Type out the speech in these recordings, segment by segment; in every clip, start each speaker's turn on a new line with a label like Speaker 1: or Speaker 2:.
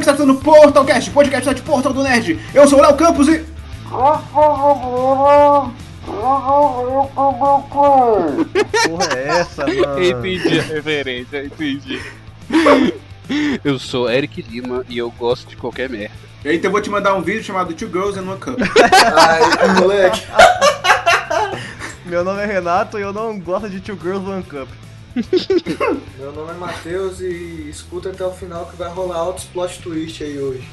Speaker 1: está no Portalcast, podcast site Portal do Nerd. Eu sou o Léo Campos e.
Speaker 2: Porra é essa,
Speaker 3: Ah.
Speaker 2: mano?
Speaker 3: Entendi a referência, entendi. Eu sou Eric Lima e eu gosto de qualquer merda.
Speaker 1: Então eu vou te mandar um vídeo chamado Two Girls and One Cup.
Speaker 4: Ai, moleque.
Speaker 2: Meu nome é Renato e eu não gosto de Two Girls One Cup.
Speaker 4: Meu nome é Matheus e escuta até o final que vai rolar altos plot twist aí hoje.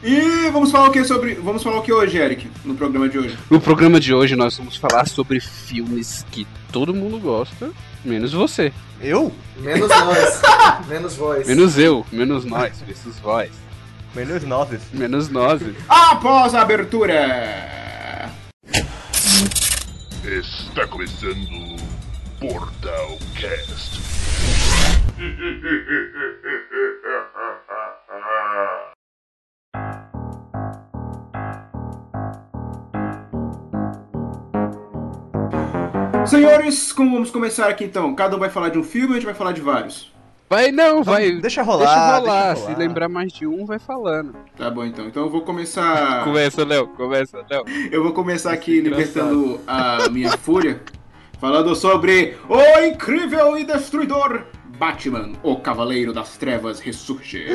Speaker 1: E vamos falar o que sobre. Vamos falar o que hoje, Eric, no programa de hoje.
Speaker 3: No programa de hoje nós vamos falar sobre filmes que todo mundo gosta, menos você.
Speaker 2: Eu?
Speaker 4: Menos voz. Menos voz.
Speaker 3: Menos eu, menos nós, menos vós,
Speaker 2: Menos nozes.
Speaker 3: menos nós.
Speaker 1: Após a abertura!
Speaker 5: Está começando Portal Cast.
Speaker 1: Senhores, como vamos começar aqui então? Cada um vai falar de um filme, a gente vai falar de vários.
Speaker 3: Vai não, vai. Deixa
Speaker 2: Então, Deixa rolar.
Speaker 3: rolar,
Speaker 2: Deixa
Speaker 3: se lembrar mais de um, vai falando.
Speaker 1: Tá bom então. Então eu vou começar.
Speaker 3: Começa, Léo, começa, Léo.
Speaker 1: Eu vou começar aqui libertando a minha fúria, falando sobre o incrível e destruidor Batman, o Cavaleiro das Trevas ressurge.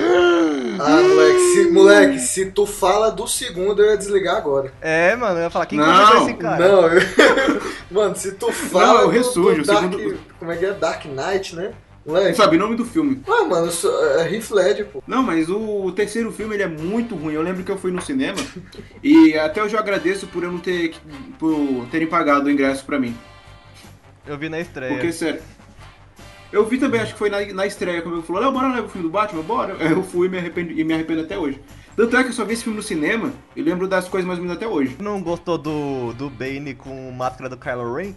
Speaker 4: Ah, moleque se, moleque, se tu fala do segundo, eu ia desligar agora.
Speaker 2: É, mano, eu ia falar, quem
Speaker 1: Não,
Speaker 2: contratou esse cara?
Speaker 4: Não, eu... Mano, se tu
Speaker 1: Não,
Speaker 4: fala.
Speaker 1: eu
Speaker 4: do-
Speaker 1: ressurjo,
Speaker 4: do Dark...
Speaker 1: segundo-
Speaker 4: Como é que é? Dark Knight, né?
Speaker 1: Não
Speaker 4: Moleque.
Speaker 1: sabe o nome do filme.
Speaker 4: Ah, mano, eu sou... é Heath Ledger, pô.
Speaker 1: Não, mas o terceiro filme ele é muito ruim. Eu lembro que eu fui no cinema e até hoje eu agradeço por eu não ter por terem pagado o ingresso pra mim.
Speaker 2: Eu vi na estreia.
Speaker 1: Porque sério. Eu vi também, acho que foi na, na estreia, como eu falou, não, bora lá ver o filme do Batman, bora. Eu fui e me arrependo, e me arrependo até hoje. Tanto é que eu só vi esse filme no cinema e lembro das coisas mais ou menos até hoje.
Speaker 2: Não gostou do, do Bane com máscara do Kylo Ren?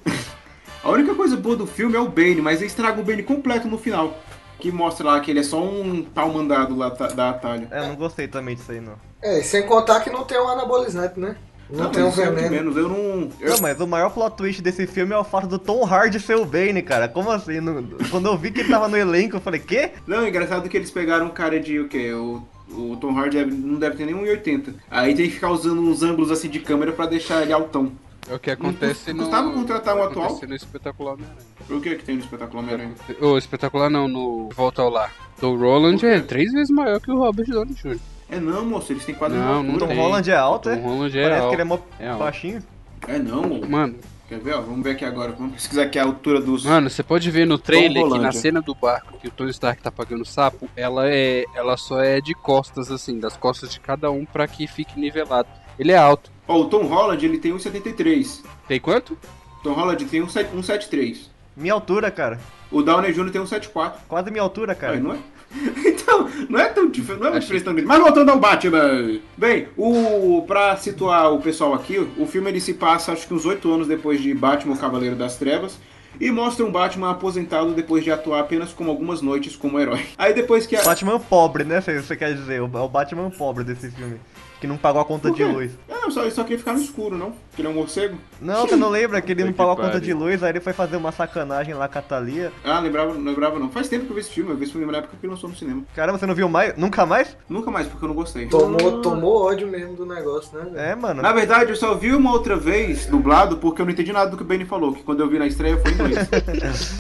Speaker 1: A única coisa boa do filme é o Bane, mas eles tragam o Bane completo no final. Que mostra lá que ele é só um pau mandado lá ta- da Atalha.
Speaker 2: É, não gostei também disso aí, não.
Speaker 4: É, e sem contar que não tem um anabolizante, né? Não, tem um
Speaker 1: mas isso é muito
Speaker 4: veneno.
Speaker 1: menos, eu não. Eu...
Speaker 2: Não, mas o maior plot twist desse filme é o fato do Tom Hardy ser o Bane, cara. Como assim? Não- quando eu vi que ele tava no elenco, eu falei, quê?
Speaker 1: Não, é engraçado que eles pegaram um cara de o quê? O, o Tom Hardy deve- não deve ter nem 1,80. Aí tem que ficar usando uns ângulos assim de câmera pra deixar ele altão.
Speaker 3: É o que acontece no.
Speaker 1: Custava contratar um atual?
Speaker 3: acontece no espetacular Homem-Aranha.
Speaker 1: Por que que tem no espetáculo Homem-Aranha?
Speaker 3: Ô, espetacular não, no Volta ao Lar. O Roland é três vezes maior que o Robert Downey Jr.
Speaker 1: É não, moço, eles têm quase
Speaker 3: Não,
Speaker 1: uma
Speaker 3: não
Speaker 2: O
Speaker 1: altura.
Speaker 2: Tom
Speaker 3: tem.
Speaker 2: Holland é alto, é?
Speaker 3: O Roland é
Speaker 2: Parece que ele é
Speaker 3: alto.
Speaker 2: mó
Speaker 3: É alto.
Speaker 2: baixinho.
Speaker 1: É não, ô.
Speaker 3: Mano,
Speaker 1: Quer ver? ó? vamos ver aqui agora. Vamos pesquisar aqui a altura dos.
Speaker 3: mano, você pode ver no
Speaker 2: um
Speaker 3: trailer que
Speaker 1: Rolândia.
Speaker 3: na cena do barco que o Tony Stark tá pagando o sapo, ela é, ela só é de costas assim, das costas de cada um pra que fique nivelado. Ele é alto.
Speaker 1: Ó, o Tom Holland ele tem 1,73.
Speaker 3: Tem quanto?
Speaker 1: Tom Holland tem 1,7- 1,73.
Speaker 2: Minha altura, cara.
Speaker 1: O Downey Jr. tem 1,74.
Speaker 2: Quase minha altura, cara.
Speaker 1: Ué, não é? Então, não é tão diferente, não é uma
Speaker 3: Achei.
Speaker 1: diferença tão grande. Mas voltando ao Batman. né? Bem, o pra situar o pessoal aqui, o filme ele se passa acho que uns oito anos depois de Batman, o Cavaleiro das Trevas. E mostra um Batman aposentado depois de atuar apenas como algumas noites como herói. Aí depois que a...
Speaker 2: Batman pobre, né? Você você quer dizer, o- é o Batman pobre desse filme. Que não pagou a conta
Speaker 1: Por
Speaker 2: de
Speaker 1: quê?
Speaker 2: luz.
Speaker 1: Ah, não, só, ele só queria ficar no escuro, não? Que ele é um morcego?
Speaker 2: Não, você não lembra que ele não
Speaker 3: Puta que
Speaker 2: pagou a conta
Speaker 3: pariu.
Speaker 2: de luz, aí ele foi fazer uma sacanagem lá com a Thalia.
Speaker 1: Ah, lembrava, lembrava não. Faz tempo que eu vi esse filme, eu vi esse filme na época que lançou no cinema.
Speaker 2: Cara, você não viu mais? Nunca mais?
Speaker 1: Nunca mais, porque eu não gostei.
Speaker 4: Tomou, tomou ódio mesmo do negócio, né? velho?
Speaker 2: É, mano.
Speaker 1: Na verdade, eu só vi uma outra vez dublado porque eu não entendi nada do que o Benny falou, que quando eu vi na estreia foi em inglês.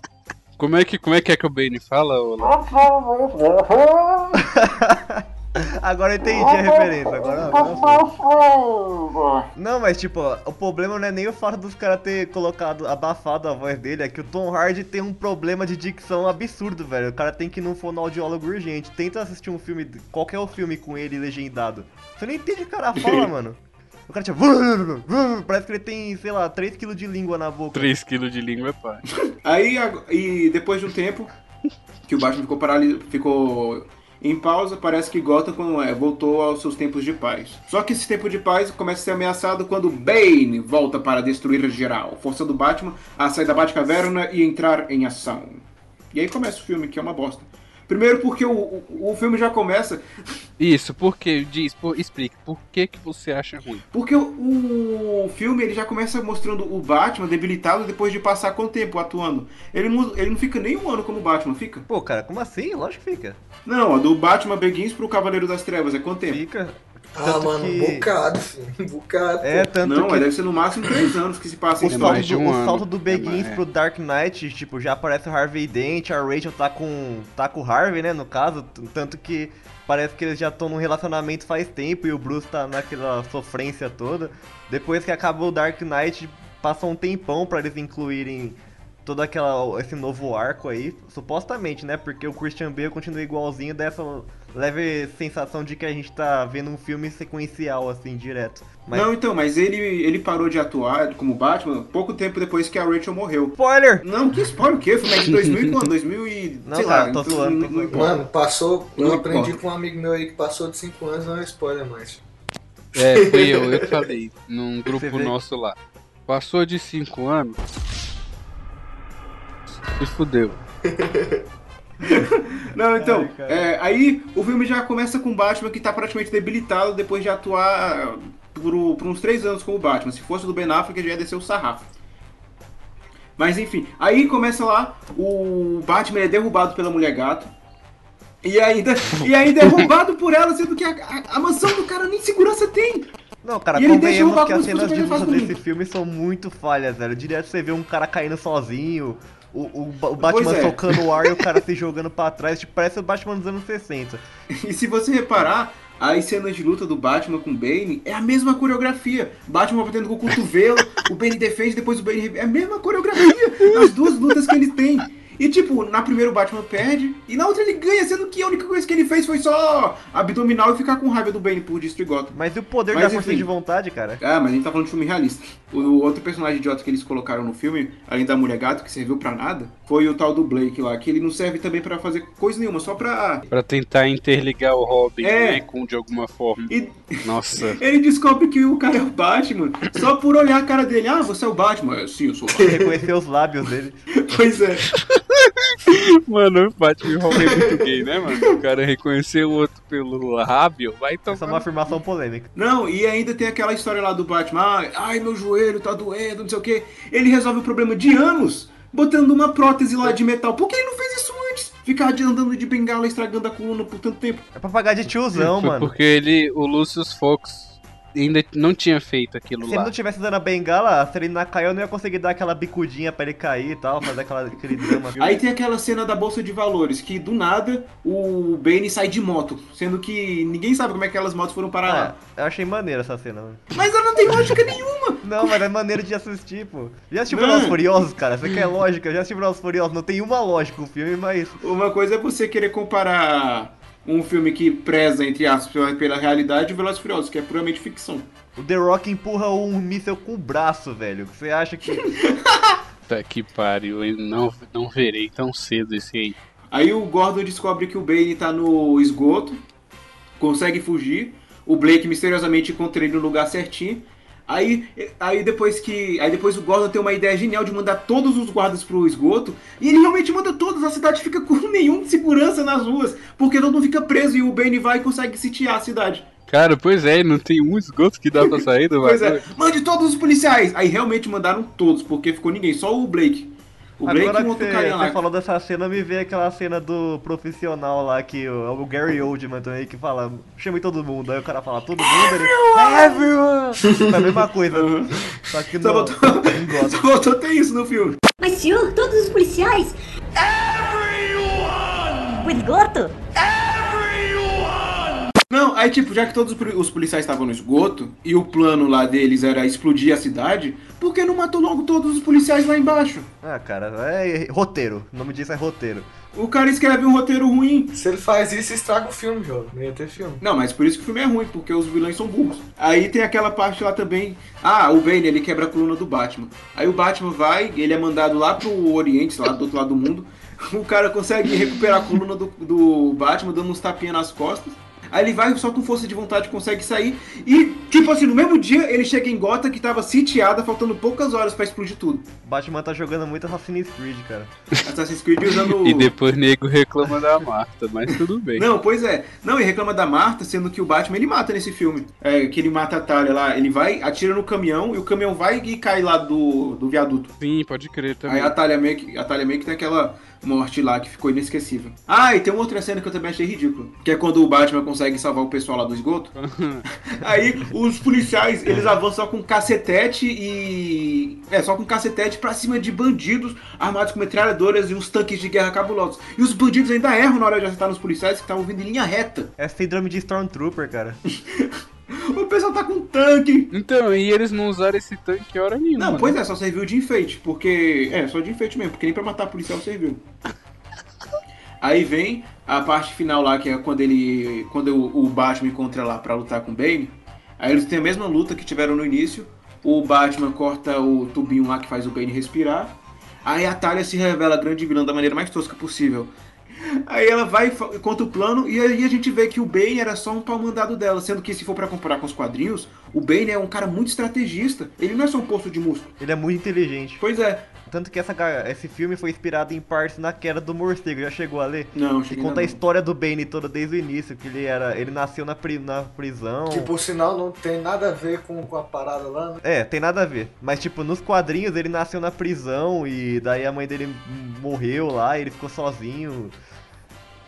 Speaker 3: Como é que, como é, que é que o Bane fala? ô, Léo?
Speaker 2: Agora eu entendi a referência. Agora, agora eu sei. Não, mas tipo, o problema não é nem o fato dos caras ter colocado, abafado a voz dele, é que o Tom Hardy tem um problema de dicção absurdo, velho. O cara tem que ir num fonoaudiólogo urgente. Tenta assistir um filme, qualquer filme com ele legendado. Você não entende o que o cara fala, mano. O cara tipo. Parece que ele tem, sei lá, 3kg de língua na boca.
Speaker 3: 3 kg de língua é pá.
Speaker 1: Aí, ag- e depois de um tempo que o Batman ficou paralisado, ficou em pausa, parece que Gotham como é, voltou aos seus tempos de paz. Só que esse tempo de paz começa a ser ameaçado quando Bane volta para destruir geral, forçando Batman a sair da Batcaverna e entrar em ação. E aí começa o filme, que é uma bosta. Primeiro porque o, o, o filme já começa.
Speaker 3: Isso, porque diz, por, explique, por que que você acha ruim?
Speaker 1: Porque o, o filme ele já começa mostrando o Batman debilitado depois de passar quanto tempo atuando. Ele não, ele não fica nem um ano como Batman, fica?
Speaker 2: Pô, cara, como assim? Lógico que fica.
Speaker 1: Não, do Batman Begins pro Cavaleiro das Trevas, é quanto tempo?
Speaker 2: Fica.
Speaker 4: Ah,
Speaker 2: Tanto
Speaker 4: mano,
Speaker 2: que-
Speaker 4: um bocado, filho. Um bocado.
Speaker 2: É, tanto
Speaker 1: não,
Speaker 2: que
Speaker 1: deve ser no máximo três anos que se passa
Speaker 2: o
Speaker 1: esse
Speaker 3: mais
Speaker 1: filme.
Speaker 2: salto,
Speaker 3: de
Speaker 2: do,
Speaker 3: um
Speaker 2: o
Speaker 3: ano.
Speaker 2: salto do Begins
Speaker 3: É, é.
Speaker 2: pro Dark Knight, tipo, já aparece o Harvey Dent, a Rachel tá com, tá com o Harvey, né, no caso, t- tanto que parece que eles já estão num relacionamento faz tempo e o Bruce tá naquela sofrência toda. Depois que acabou o Dark Knight, passou um tempão pra eles incluírem todo aquela, esse novo arco aí, supostamente, né, porque o Christian Bale continua igualzinho dessa leve sensação de que a gente tá vendo um filme sequencial, assim, direto. Mas...
Speaker 1: Não, então, mas ele, ele parou de atuar como Batman pouco tempo depois que a Rachel morreu.
Speaker 2: Spoiler!
Speaker 1: Não, que spoiler o quê? Filme é de 2000 e quando? 2000 e...
Speaker 2: Não,
Speaker 1: sei
Speaker 2: cara,
Speaker 1: lá.
Speaker 2: tô
Speaker 1: então,
Speaker 2: zoando, tô
Speaker 1: não- não
Speaker 2: zoando.
Speaker 1: importa.
Speaker 4: Mano, passou.
Speaker 1: Não
Speaker 4: Eu aprendi
Speaker 1: importa.
Speaker 4: com um amigo meu aí que passou de 5 anos, não é spoiler mais.
Speaker 3: É, fui eu, eu que falei, num
Speaker 2: Você
Speaker 3: grupo
Speaker 2: vê?
Speaker 3: nosso lá. Passou de 5 anos. Se fudeu.
Speaker 1: Não, então,
Speaker 2: Ai, cara.
Speaker 1: é, aí o filme já começa com o Batman que tá praticamente debilitado depois de atuar ah, por, o- por uns três anos com o Batman. Se fosse do Ben Affleck, ele já ia descer o sarrafo. Mas enfim, aí começa lá, o Batman é derrubado pela mulher gato. E ainda, e ainda é roubado por ela, sendo que a, a- a mansão do cara nem segurança tem.
Speaker 2: Não, cara,
Speaker 1: E ele deixa um
Speaker 2: convenhamos
Speaker 1: roubar
Speaker 2: que
Speaker 1: como
Speaker 2: as
Speaker 1: se fosse
Speaker 2: cenas de
Speaker 1: qualquer
Speaker 2: luta
Speaker 1: coisa
Speaker 2: desse filme são muito falhas, velho. Direto você vê um cara caindo sozinho, o, o, Ba- o
Speaker 1: Pois
Speaker 2: Batman
Speaker 1: é.
Speaker 2: socando o ar e o cara se jogando pra trás. Tipo, parece o Batman dos anos 60.
Speaker 1: E se você reparar, as cenas de luta do Batman com o Bane é a mesma coreografia. Batman batendo com o cotovelo, o Bane defende, depois o Bane... re- É a mesma coreografia nas duas lutas que ele tem. E tipo, na primeira o Batman perde, e na outra ele ganha, sendo que a única coisa que ele fez foi só abdominal e ficar com raiva do Bane por disso e Gotham.
Speaker 2: Mas e o poder
Speaker 1: Mas,
Speaker 2: da força
Speaker 1: enfim.
Speaker 2: de vontade, cara?
Speaker 1: Ah, mas a gente tá falando de filme realista. O, o outro personagem idiota que eles colocaram no filme, além da mulher gato, que serviu pra nada, foi o tal do Blake lá, que ele não serve também pra fazer coisa nenhuma, só pra...
Speaker 3: Pra tentar interligar o Robin,
Speaker 1: É.
Speaker 3: né, com de alguma forma.
Speaker 1: E
Speaker 3: Nossa.
Speaker 1: Ele descobre que o cara é o Batman só por olhar a cara dele. Ah, você é o Batman? É, Sim, eu sou o Batman.
Speaker 2: Reconhecer os lábios dele.
Speaker 1: Pois é.
Speaker 3: Mano, o Batman Robin é muito gay, né, mano? O cara reconheceu o outro pelo rábio, vai
Speaker 2: Essa é uma
Speaker 3: tomar...
Speaker 2: afirmação polêmica.
Speaker 1: Não, e ainda tem aquela história lá do Batman. ah, Ai, meu joelho tá doendo, não sei o quê. Ele resolve o problema de anos botando uma prótese lá de metal. Por que ele não fez isso antes? Ficar de- andando de bengala estragando a coluna por tanto tempo.
Speaker 2: É pra pagar de tiozão,
Speaker 3: Foi
Speaker 2: mano.
Speaker 3: porque ele, o Lucius Fox, ainda não tinha feito aquilo
Speaker 1: é
Speaker 2: Se ele
Speaker 3: lá.
Speaker 2: não tivesse dando a bengala, se ele não caiu, eu não ia conseguir dar aquela bicudinha pra ele cair e tal, fazer aquela, aquele drama.
Speaker 1: Aí tem aquela cena da Bolsa de Valores, que do nada o Bane sai de moto, sendo que ninguém sabe como é que aquelas motos foram parar
Speaker 2: Ah,
Speaker 1: lá.
Speaker 2: eu achei maneiro essa cena, mano.
Speaker 1: Mas ela não tem lógica nenhuma.
Speaker 2: Não, mas é maneiro de assistir, pô. Já assistiu
Speaker 1: Não.
Speaker 2: Velozes e Furiosos, cara? Você quer lógica? Eu já assisti Velozes e Furiosos. Não tem uma lógica o filme, mas...
Speaker 1: Uma coisa é você querer comparar um filme que preza, entre aspas, pela- pela realidade e Velozes e Furiosos, que é puramente ficção.
Speaker 2: O The Rock empurra um míssel com o braço, velho. Você acha que...
Speaker 3: Puta que pariu, eu não, não verei tão cedo esse aí.
Speaker 1: Aí o Gordon descobre que o Bane tá no esgoto, consegue fugir, o Blake misteriosamente encontra ele no lugar certinho. Aí, aí depois que. Aí depois o Gordon tem uma ideia genial de mandar todos os guardas pro esgoto. E ele realmente manda todos, a cidade fica com nenhum de segurança nas ruas, porque todo mundo fica preso e o Bane vai e consegue sitiar a cidade.
Speaker 3: Cara, pois é, não tem um esgoto que dá pra sair do
Speaker 1: Pois
Speaker 3: bagulho.
Speaker 1: é, mande todos os policiais! Aí realmente mandaram todos, porque ficou ninguém, só o Blake. O Blake e
Speaker 2: Agora que
Speaker 1: um outro
Speaker 2: você,
Speaker 1: carinha
Speaker 2: você
Speaker 1: lá.
Speaker 2: falou dessa cena, me veio aquela cena do profissional lá, que o, o Gary Oldman também, que fala... Chamei todo mundo. Aí o cara fala, todo mundo? Ele... Everyone! Tipo, é a mesma coisa. Só que
Speaker 1: Uhum. Só
Speaker 2: não...
Speaker 1: botou-
Speaker 2: não gosta.
Speaker 1: Só faltou ter isso no filme.
Speaker 6: Mas senhor, todos os policiais. Everyone! O esgoto?
Speaker 1: Não, aí tipo, já que todos os poli- os policiais estavam no esgoto, e o plano lá deles era explodir a cidade, por que não matou logo todos os policiais lá embaixo?
Speaker 2: Ah, cara, é roteiro. O nome disso é roteiro.
Speaker 1: O cara escreve um roteiro ruim.
Speaker 4: Se ele faz isso, estraga o filme, jogo. Não ia ter filme.
Speaker 1: Não, mas por isso que o filme é ruim, porque os vilões são burros. Aí tem aquela parte lá também. Ah, o Bane, ele quebra a coluna do Batman. Aí o Batman vai, ele é mandado lá pro Oriente, sei lá do outro lado do mundo. O cara consegue recuperar a coluna do, do Batman, dando uns tapinhas nas costas. Aí ele vai só com força de vontade consegue sair. E, tipo assim, no mesmo dia ele chega em Gota que tava sitiada, faltando poucas horas pra explodir tudo.
Speaker 2: Batman tá jogando muito Assassin's Creed, cara.
Speaker 1: Assassin's Creed usando.
Speaker 3: E depois nego reclama da Marta, mas tudo bem.
Speaker 1: Não, pois é. Não, e reclama da Marta, sendo que o Batman ele mata nesse filme. É, que ele mata a Talia lá. Ele vai, atira no caminhão e o caminhão vai e cai lá do, do viaduto.
Speaker 3: Sim, pode crer
Speaker 1: Aí
Speaker 3: também.
Speaker 1: a Talia, meio que, a Talia meio que tem aquela morte lá que ficou inesquecível. Ah, e tem uma outra cena que eu também achei ridícula. Que é quando o Batman consegue salvar o pessoal lá do esgoto. Aí os policiais, eles avançam só com cacetete e... É, só com cacetete pra cima de bandidos armados com metralhadoras e uns tanques de guerra cabulosos. E os bandidos ainda erram na hora de acertar nos policiais que estavam vindo em linha reta.
Speaker 2: É síndrome de Stormtrooper, cara.
Speaker 1: O pessoal tá com um tanque.
Speaker 3: Então, e eles não usaram esse tanque hora nenhuma.
Speaker 1: Não, pois
Speaker 3: né?
Speaker 1: é, só serviu de enfeite, porque... É, só de enfeite mesmo, porque nem pra matar policial serviu. Aí vem a parte final lá, que é quando ele. Quando o o Batman encontra lá pra lutar com o Bane. Aí eles têm a mesma luta que tiveram no início. O Batman corta o tubinho lá que faz o Bane respirar. Aí a Talia se revela a grande vilã da maneira mais tosca possível. Aí ela vai e fa- conta o plano e aí a gente vê que o Bane era só um pau mandado dela, sendo que se for pra comparar com os quadrinhos, o Bane é um cara muito estrategista. Ele não é só um posto de músculo.
Speaker 2: Ele é muito inteligente.
Speaker 1: Pois é.
Speaker 2: Tanto que essa, ca- esse filme foi inspirado em partes na queda do morcego. Já chegou a ler?
Speaker 1: Não,
Speaker 2: E
Speaker 1: cheguei
Speaker 2: conta
Speaker 1: na-
Speaker 2: a história do Bane toda desde o início, que ele era. Ele nasceu na, pri- na prisão.
Speaker 4: Que por sinal não tem nada a ver com, com a parada lá, né?
Speaker 2: É, tem nada a ver. Mas, tipo, nos quadrinhos ele nasceu na prisão e daí a mãe dele m- morreu lá, ele ficou sozinho.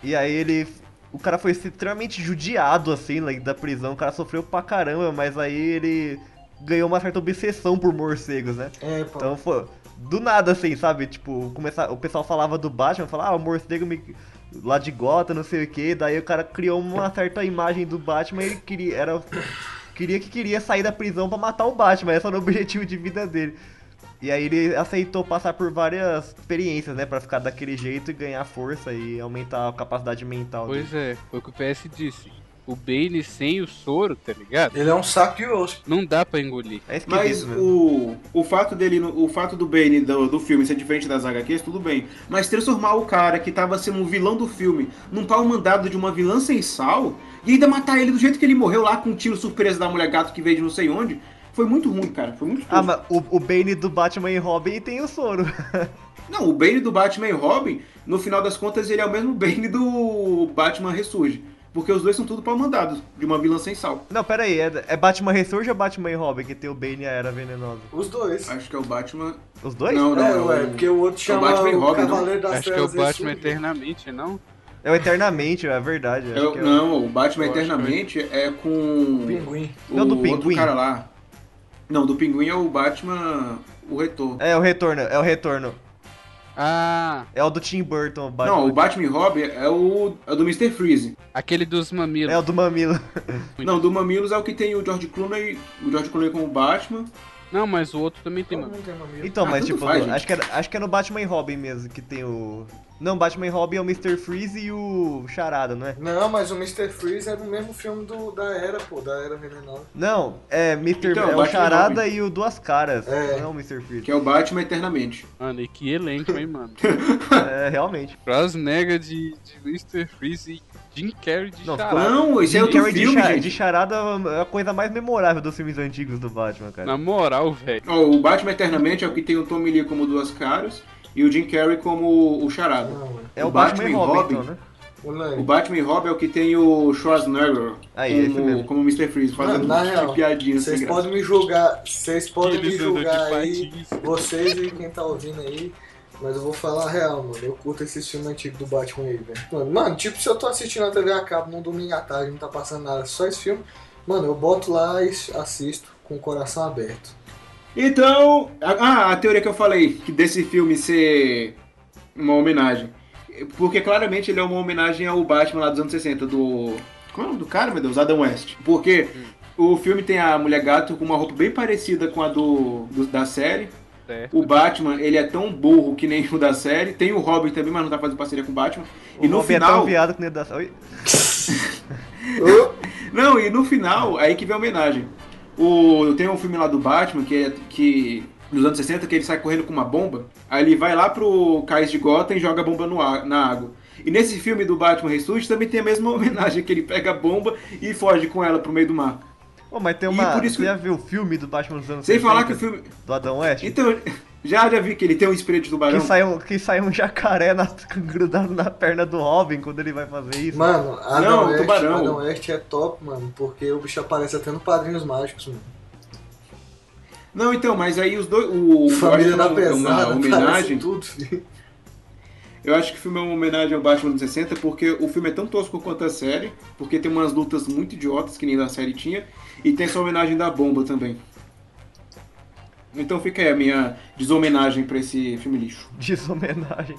Speaker 2: E aí ele. O cara foi extremamente judiado, assim, lá da prisão. O cara sofreu pra caramba, mas aí ele ganhou uma certa obsessão por morcegos, né?
Speaker 4: É, pô.
Speaker 2: Então foi. Do nada, assim, sabe? Tipo, começar, o pessoal falava do Batman, falava, ah, o morcego me- lá de gota, não sei o que. Daí o cara criou uma certa imagem do Batman e ele queria, era, queria que queria sair da prisão pra matar o Batman. Esse era o objetivo de vida dele. E aí ele aceitou passar por várias experiências, né? Pra ficar daquele jeito e ganhar força e aumentar a capacidade mental dele.
Speaker 3: Pois é, foi o que o PS disse. O Bane sem o soro, tá ligado?
Speaker 4: Ele é um saco de osso.
Speaker 3: Não dá pra engolir.
Speaker 2: É esquisito
Speaker 1: Mas
Speaker 2: mesmo.
Speaker 1: o, o fato dele, no- o fato do Bane do, do filme ser diferente das HQs, tudo bem. Mas transformar o cara que tava sendo um vilão do filme num pau mandado de uma vilã sem sal e ainda matar ele do jeito que ele morreu lá com um tiro surpresa da mulher gato que veio de não sei onde, foi muito ruim, cara. Foi muito
Speaker 2: Ah,
Speaker 1: tosco.
Speaker 2: mas o, o Bane do Batman e Robin tem o soro.
Speaker 1: Não, o Bane do Batman e Robin, no final das contas, ele é o mesmo Bane do Batman Ressurge. Porque os dois são tudo pau mandados de uma vilã sem sal.
Speaker 2: Não, pera aí, é, é Batman Ressurge ou Batman e Robin que tem o Bane e a Era Venenosa?
Speaker 4: Os dois.
Speaker 1: Acho que é o Batman.
Speaker 2: Os dois?
Speaker 1: Não, não.
Speaker 4: é,
Speaker 1: é o-
Speaker 4: ué, porque o outro chama o,
Speaker 1: Batman e Robin, não?
Speaker 4: Cavaleiro das
Speaker 3: Acho que é o
Speaker 4: Trevas esse-
Speaker 3: Batman eternamente, não?
Speaker 2: É o Eternamente, é verdade.
Speaker 1: é
Speaker 2: acho
Speaker 1: o-
Speaker 2: que é o-
Speaker 1: não, o Batman
Speaker 3: Eu acho que é-
Speaker 1: Eternamente é com.
Speaker 4: Pinguim.
Speaker 1: O
Speaker 2: Não, do
Speaker 1: outro
Speaker 2: Pinguim.
Speaker 1: cara lá. Não, do Pinguim é o Batman, o Retorno.
Speaker 2: É o Retorno, é o Retorno.
Speaker 3: Ah,
Speaker 2: É o do Tim Burton, o Batman.
Speaker 1: Não, o Batman e Robin é o, é o do Mr. Freeze.
Speaker 3: aquele dos mamilos.
Speaker 2: É o do Mamilo.
Speaker 1: Não, do Mamilos é o que tem o George Clooney, o George Clooney como Batman.
Speaker 3: Não, mas o outro também tem
Speaker 4: Todo
Speaker 3: mamilo.
Speaker 4: mundo tem mamilo.
Speaker 2: Então,
Speaker 1: Ah,
Speaker 2: mas
Speaker 1: tudo
Speaker 2: tipo,
Speaker 1: faz,
Speaker 2: no-
Speaker 1: gente.
Speaker 2: acho que, era- acho que é no Batman e Robin mesmo que tem o... Não, Batman e Robin é o Mr. Freeze e o Charada, não é?
Speaker 4: Não, mas o Mr. Freeze é no mesmo filme do, da Era, pô, da Era Venenosa.
Speaker 2: Não, é, Mr.
Speaker 1: Então,
Speaker 2: é o
Speaker 1: Batman e
Speaker 2: Charada
Speaker 1: Robin.
Speaker 2: e o Duas Caras,
Speaker 4: É.
Speaker 2: não é o Mr. Freeze.
Speaker 1: Que é o Batman Eternamente.
Speaker 3: Mano, e que elenco, hein, mano?
Speaker 2: É, realmente.
Speaker 3: Schwarzenegger de, de Mr. Freeze e Jim Carrey de
Speaker 2: Não,
Speaker 3: charada.
Speaker 1: Não, esse é outro
Speaker 2: Carrey de
Speaker 1: filme,
Speaker 2: cha- de
Speaker 1: gente.
Speaker 2: Charada é a coisa mais memorável dos filmes antigos do Batman, cara.
Speaker 3: Na moral, velho.
Speaker 1: Ó, o Batman Eternamente é o que tem o Tom Lee como duas caras e o Jim Carrey como o Charada.
Speaker 4: Não, mano.
Speaker 2: É o Batman, e Robin, então, né?
Speaker 4: O
Speaker 1: O
Speaker 4: Lang.
Speaker 1: Batman e Robin é o que tem o Schwarzenegger
Speaker 2: Aí, esse
Speaker 1: como,
Speaker 2: mesmo.
Speaker 1: como Mr. Freeze, fazendo
Speaker 4: na
Speaker 1: um tipo
Speaker 4: real,
Speaker 1: de piadinha sem
Speaker 4: Vocês
Speaker 1: graça.
Speaker 4: podem me julgar, vocês podem me
Speaker 3: Eles andam é de
Speaker 4: julgar aí,
Speaker 3: patins.
Speaker 4: vocês e quem tá ouvindo aí, mas eu vou falar a real, mano. Eu curto esses filmes antigos do Batman aí, velho. Mano, mano, tipo, se eu tô assistindo a TV a cabo num domingo à tarde, não tá passando nada, só esse filme, mano, eu boto lá e assisto com o coração aberto.
Speaker 1: Então, a- ah, a teoria que eu falei que desse filme ser uma homenagem. Porque claramente ele é uma homenagem ao Batman lá dos anos 60, do. Como é o nome do cara, meu Deus? Adam West. Porque
Speaker 2: Hum.
Speaker 1: o filme tem a mulher gato com uma roupa bem parecida com a do, do- da série.
Speaker 3: Certo.
Speaker 1: O Batman, ele é tão burro que nem o da série. Tem o Robin também, mas não tá fazendo parceria com o Batman.
Speaker 2: O
Speaker 1: e no
Speaker 2: Robin é
Speaker 1: final.
Speaker 2: tão viado que nem o da... Oi?
Speaker 4: Ô,
Speaker 1: Não, e no final, aí que vem a homenagem. O, tem um filme lá do Batman, que é que. Nos anos 60, que ele sai correndo com uma bomba. Aí ele vai lá pro cais de Gotham e joga a bomba no ar- na água. E nesse filme do Batman Ressurge também tem a mesma homenagem, que ele pega a bomba e foge com ela pro meio do mar.
Speaker 2: Pô, mas tem
Speaker 1: E
Speaker 2: uma.
Speaker 1: por isso
Speaker 2: Você
Speaker 1: que-
Speaker 2: já viu o filme do Batman dos anos
Speaker 1: Sem
Speaker 2: 70,
Speaker 1: falar que o filme...
Speaker 2: Do Adam West?
Speaker 1: Então, já já vi que ele tem um espírito de
Speaker 2: Que
Speaker 1: tubarão.
Speaker 2: sai, um, que sai um jacaré na- grudado na perna do Robin quando ele vai fazer isso.
Speaker 4: Mano, Adam,
Speaker 1: Não,
Speaker 4: West,
Speaker 1: tubarão.
Speaker 4: Adam West é top, mano, porque o bicho aparece até no Padrinhos Mágicos, mano.
Speaker 1: Não, então, mas aí os dois... O, eu
Speaker 4: Família
Speaker 1: acho
Speaker 4: da
Speaker 1: que é uma-
Speaker 4: Pesada,
Speaker 1: uma homenagem...
Speaker 4: aparece tudo, filho.
Speaker 1: Eu acho que o filme é uma homenagem ao Batman dos 60, porque o filme é tão tosco quanto a série, porque tem umas lutas muito idiotas que nem na série tinha, e tem essa homenagem da bomba também. Então fica aí a minha deshomenagem pra esse filme lixo.
Speaker 2: Deshomenagem.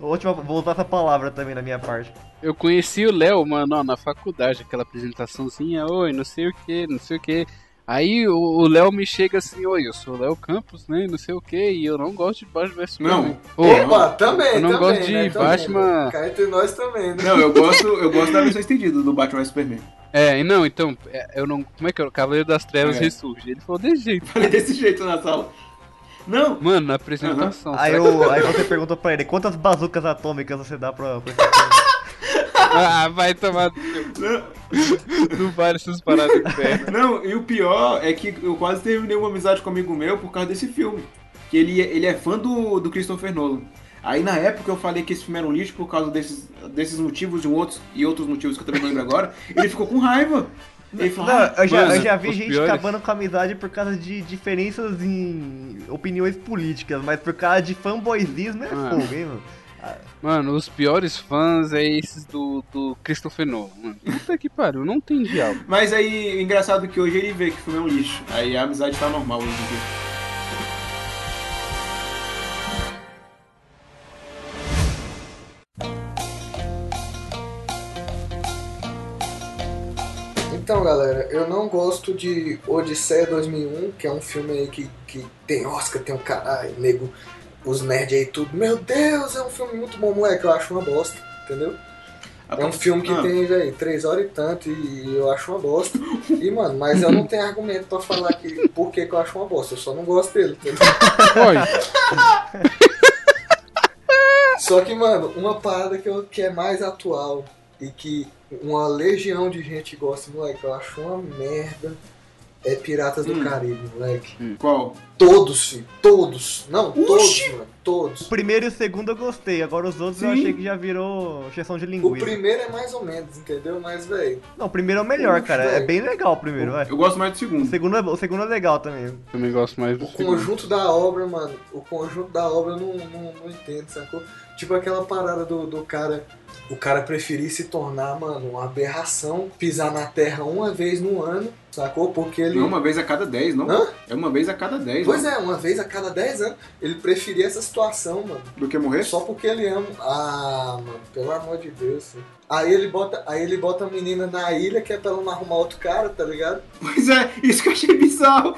Speaker 2: Última, vou usar essa palavra também na minha parte.
Speaker 3: Eu conheci o Léo, mano, ó, na faculdade, aquela apresentaçãozinha, oi, não sei o que, não sei o que. Aí o o Léo me chega assim, oi, eu sou o Léo Campos, né, não sei o que, e eu não gosto de Batman vs Superman.
Speaker 1: Não.
Speaker 3: Ô,
Speaker 4: Opa, também,
Speaker 3: eu não
Speaker 4: também,
Speaker 3: gosto de
Speaker 4: né, também,
Speaker 3: Batman.
Speaker 4: né? Cai entre nós também, né?
Speaker 1: Não, eu gosto, eu gosto da versão estendida do Batman vs Superman.
Speaker 3: É, e não, então, é, eu não, como é que é, o Cavaleiro das Trevas
Speaker 1: É.
Speaker 3: ressurge. Ele falou desse jeito,
Speaker 1: Falei desse jeito na sala. Não,
Speaker 3: mano, na apresentação.
Speaker 2: Aí,
Speaker 3: será
Speaker 2: eu, aí você perguntou pra ele, quantas bazucas atômicas você dá pra, pra esse filme?
Speaker 3: Ah, vai tomar.
Speaker 1: não,
Speaker 3: Não vale essas paradas de pé.
Speaker 1: não, e o pior é que eu quase terminei uma amizade com um amigo meu por causa desse filme. Que ele, ele é fã do, do Christopher Nolan. Aí na época eu falei que esse filme era um lixo por causa desses, desses motivos e um outros, e outros motivos que eu também não lembro agora. Ele ficou com raiva. Ele falou,
Speaker 2: Não,
Speaker 1: "Ah,
Speaker 2: eu já,
Speaker 3: mano,
Speaker 2: eu já vi
Speaker 3: os
Speaker 2: gente
Speaker 3: piores-
Speaker 2: acabando com a amizade por causa de diferenças em opiniões políticas, mas por causa de fanboyzismo é
Speaker 3: Ah.
Speaker 2: fogo, hein, mano?
Speaker 3: Mano, os piores fãs é esses do, do Christopher Nolan, mano. Puta que pariu, não tem diálogo.
Speaker 1: Mas aí, engraçado que hoje ele vê que o filme é um lixo. Aí a amizade tá normal hoje em dia.
Speaker 4: Então, galera, eu não gosto de Odisseia 2001, que é um filme aí que, que tem Oscar, tem um caralho, nego, os nerds aí tudo. Meu Deus, é um filme muito bom, moleque, eu acho uma bosta, entendeu? É um filme que
Speaker 1: Ah,
Speaker 4: tem, velho, três horas e tanto, e eu acho uma bosta. E, mano, mas eu não tenho argumento pra falar que, por que, que eu acho uma bosta, eu só não gosto dele, entendeu?
Speaker 3: Olha,
Speaker 4: Só que, mano, uma parada que, eu, que é mais atual e que uma legião de gente gosta, moleque, eu acho uma merda, é Piratas do
Speaker 1: Hum.
Speaker 4: Caribe, moleque.
Speaker 1: Qual?
Speaker 4: Todos, filho, todos. Não,
Speaker 1: Oxi!
Speaker 4: todos, mano, todos.
Speaker 2: O primeiro e o segundo eu gostei, agora os outros eu
Speaker 1: Sim.
Speaker 2: achei que já virou exceção de
Speaker 4: O
Speaker 2: linguiça.
Speaker 4: primeiro é mais ou menos, entendeu? Mas, velho,
Speaker 2: Não, o primeiro é o melhor,
Speaker 4: Ux,
Speaker 2: cara. É
Speaker 4: velho.
Speaker 2: bem legal o primeiro, vai.
Speaker 1: Eu gosto mais do
Speaker 2: O
Speaker 1: segundo.
Speaker 2: segundo é, o segundo é legal também.
Speaker 3: eu também gosto mais do
Speaker 4: o
Speaker 3: segundo.
Speaker 4: conjunto da obra, mano, o conjunto da obra eu não, não, não entendo, sacou? Tipo aquela parada do, do cara, o cara preferir se tornar, mano, uma aberração, pisar na terra uma vez no ano, sacou? Porque ele.
Speaker 1: Não é uma vez a cada 10, não?
Speaker 4: Hã?
Speaker 1: É uma vez a cada 10.
Speaker 4: Pois é, uma vez a cada 10 anos, ele preferia essa situação, mano.
Speaker 1: Do que morrer?
Speaker 4: é. Só porque ele ama. Ah, mano, pelo amor de Deus. filho. Aí ele bota, aí ele bota a menina na ilha que é pra ela não arrumar outro cara, tá ligado?
Speaker 1: Pois é, isso que eu achei bizarro.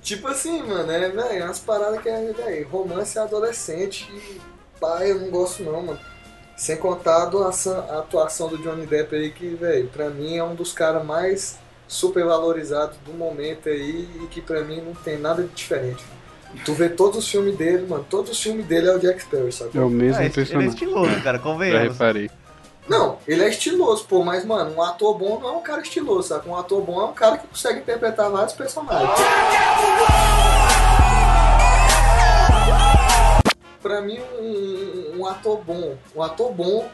Speaker 4: Tipo assim, mano, é, velho, umas paradas que é, velho, romance adolescente e pai, eu não gosto não, mano. Sem contar a, doação- a atuação do Johnny Depp aí, que, velho, pra mim é um dos caras mais supervalorizados do momento aí e que pra mim não tem nada de diferente. Tu vê todos os filmes dele, mano, todos os filmes dele é o Jack Sparrow, sabe?
Speaker 3: É o
Speaker 2: Ah, esse-
Speaker 3: mesmo
Speaker 2: ele é
Speaker 3: personagem.
Speaker 2: estiloso, cara,
Speaker 3: Já
Speaker 2: convenhamos.
Speaker 3: reparei.
Speaker 4: Não, ele é estiloso, pô, mas, mano, um ator bom não é um cara estiloso, sabe? Um ator bom é um cara que consegue interpretar vários personagens. Pra mim, um, um- um ator bom, um ator bom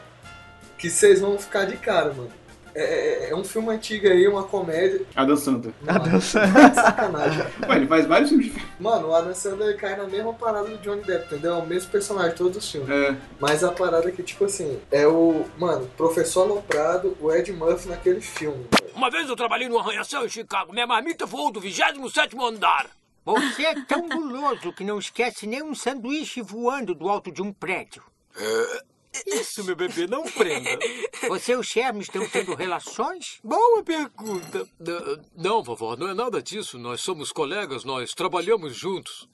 Speaker 4: que vocês vão ficar de cara, mano. É, é- é um filme antigo aí, uma comédia.
Speaker 1: Adam Sandler.
Speaker 2: Adam
Speaker 4: Sandler. Sacanagem.
Speaker 1: Ué, ele faz vários filmes diferentes.
Speaker 4: Mano, o Adam Sandler cai na mesma parada do Johnny Depp, entendeu? É o mesmo personagem, todos os filmes.
Speaker 1: É,
Speaker 4: Mas a parada que, tipo assim, é o. Mano, Professor Aloprado, o Ed Murphy naquele filme. velho.
Speaker 7: Uma vez eu trabalhei num arranha-céu em Chicago. Minha marmita voou do 27 andar.
Speaker 8: Você é tão guloso que não esquece nem um sanduíche voando do alto de um prédio.
Speaker 7: É, Isso, meu bebê, não prenda.
Speaker 8: Você e o Sherman estão tendo relações?
Speaker 7: Boa pergunta. Não, vovó, não é nada disso. Nós somos colegas, nós trabalhamos juntos.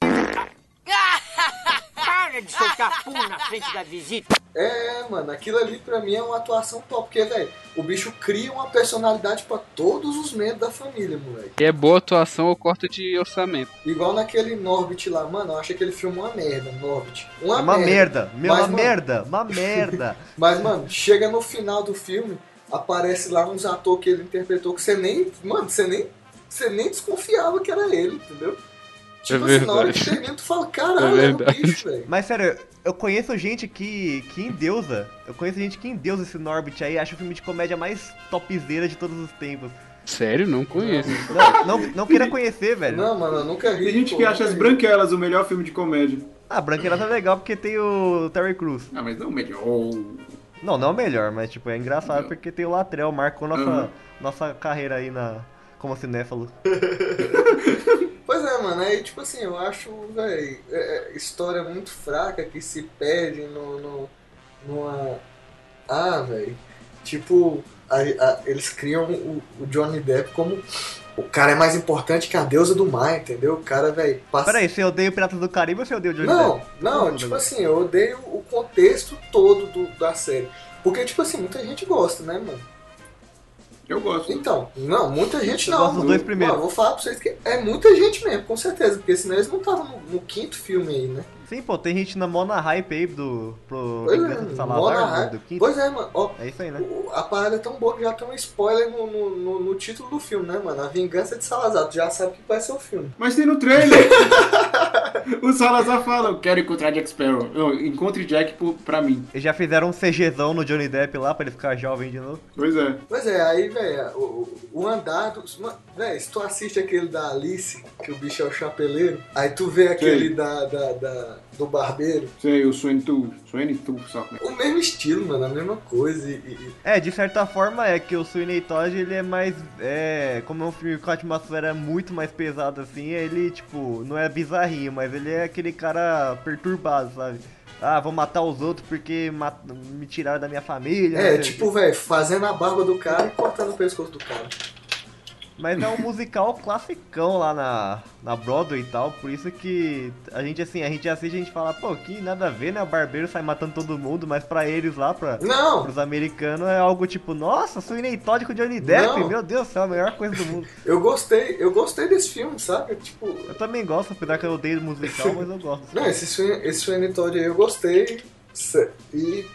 Speaker 8: vergonha de soltar pum na frente da visita.
Speaker 4: É, mano, aquilo ali pra mim é uma atuação top, porque, velho, o bicho cria uma personalidade pra todos os membros da família, moleque.
Speaker 3: E é boa atuação ou corte de orçamento.
Speaker 4: Igual naquele Norbit lá, mano, eu acho aquele filme uma merda, Norbit.
Speaker 2: É
Speaker 4: Uma,
Speaker 2: uma merda, meu,
Speaker 4: Mas,
Speaker 2: uma
Speaker 4: mano,
Speaker 2: merda, uma merda.
Speaker 4: Mas, mano, chega no final do filme, aparece lá uns atores que ele interpretou que você nem. Mano, você nem. Você nem desconfiava que era ele, entendeu? Tipo assim, na hora que
Speaker 3: É verdade.
Speaker 4: termina, tu fala, caralho,
Speaker 3: É
Speaker 4: é o
Speaker 3: verdade.
Speaker 4: bicho, velho.
Speaker 2: Mas sério, eu conheço gente que, que endeusa. Eu conheço gente que endeusa esse Norbit aí, acha o filme de comédia mais topzera de todos os tempos.
Speaker 3: Sério, não conheço.
Speaker 2: Não, não, não queira conhecer, velho.
Speaker 4: É, Não, mano, eu nunca ri.
Speaker 1: Tem gente
Speaker 4: pô,
Speaker 1: que
Speaker 4: nunca
Speaker 1: acha As
Speaker 4: ri.
Speaker 1: Branquelas o melhor filme de comédia.
Speaker 2: Ah, Branquelas é legal porque tem o Terry Crews.
Speaker 1: Ah, mas não o melhor.
Speaker 2: Não, não é o melhor, mas tipo, é engraçado porque tem o Latrell, marcou nossa,
Speaker 1: Uhum.
Speaker 2: nossa carreira aí na. Como cinéfalo.
Speaker 4: Pois é, mano, aí tipo assim, eu acho, velho, é, é, história muito fraca que se perde no, no, numa. Ah, velho. Tipo, a- a- eles criam o, o Johnny Depp como. O cara é mais importante que a deusa do mar, entendeu? O cara, velho, passa.
Speaker 2: Peraí, você odeia o Piratas do Caribe ou você odeia o Johnny
Speaker 4: Não,
Speaker 2: Depp?
Speaker 4: não,
Speaker 2: Não,
Speaker 4: tipo
Speaker 2: não.
Speaker 4: assim, eu odeio o contexto todo do- da série. Porque, tipo assim, muita gente gosta, né, mano?
Speaker 1: Eu gosto.
Speaker 4: Então, não, muita gente
Speaker 2: Eu
Speaker 4: não.
Speaker 2: gosto dos dois
Speaker 4: Eu-
Speaker 2: primeiros.
Speaker 4: ó, vou falar pra vocês que é muita gente mesmo, com certeza, porque senão eles não estavam no, no quinto filme aí, né?
Speaker 2: Sim, pô, tem gente na mona hype aí do. pro
Speaker 4: Pois é,
Speaker 2: Vingança do
Speaker 4: mona
Speaker 2: Salazar,
Speaker 4: hype.
Speaker 2: do, do quinto.
Speaker 4: Pois é, mano, ó,
Speaker 2: É isso aí, né?
Speaker 4: o- a parada é tão boa que já tem um spoiler no, no- no- no título do filme, né, mano? A Vingança de Salazar, tu já sabe que vai ser o filme.
Speaker 1: Mas tem no trailer. o Salazar fala, eu quero encontrar Jack Sparrow. Não, encontre Jack por, pra mim.
Speaker 2: Eles já fizeram um CGzão no Johnny Depp lá pra ele ficar jovem de novo.
Speaker 1: Pois é.
Speaker 4: Pois é, aí, velho, o, o- o andar dos. ma- Véi, se tu assiste aquele da Alice, que o bicho é o chapeleiro, aí tu vê aquele da, da- da- do barbeiro,
Speaker 1: Sei, o Swen Tu. Swen Tu, só. né?
Speaker 4: o mesmo estilo, mano, a mesma coisa e- e- e
Speaker 2: É, de certa forma é que o Sweeney Todd ele é mais. É, como é um filme com a atmosfera muito mais pesada assim, ele, tipo, não é bizarrinho, mas ele é aquele cara perturbado, sabe? Ah, vou matar os outros porque mat- me tiraram da minha família. não
Speaker 4: É,
Speaker 2: sei o
Speaker 4: tipo, velho, fazendo a barba do cara e cortando o pescoço do cara.
Speaker 2: Mas é um musical classicão lá na, na Broadway e tal, por isso que a gente assim, a gente assiste e a gente fala, pô, que nada a ver, né? O barbeiro sai matando todo mundo, mas pra eles lá, pra,
Speaker 4: Não,
Speaker 2: pros americanos, é algo tipo, nossa, Sweeney Todd com Johnny Depp,
Speaker 4: Não.
Speaker 2: meu Deus do céu, a melhor coisa do mundo.
Speaker 4: eu gostei, eu gostei desse filme, sabe? Tipo,
Speaker 2: Eu também gosto, apesar que eu odeio musical, mas eu gosto. assim.
Speaker 4: não, esse Sweeney esse Sweeney Todd aí eu gostei. se- E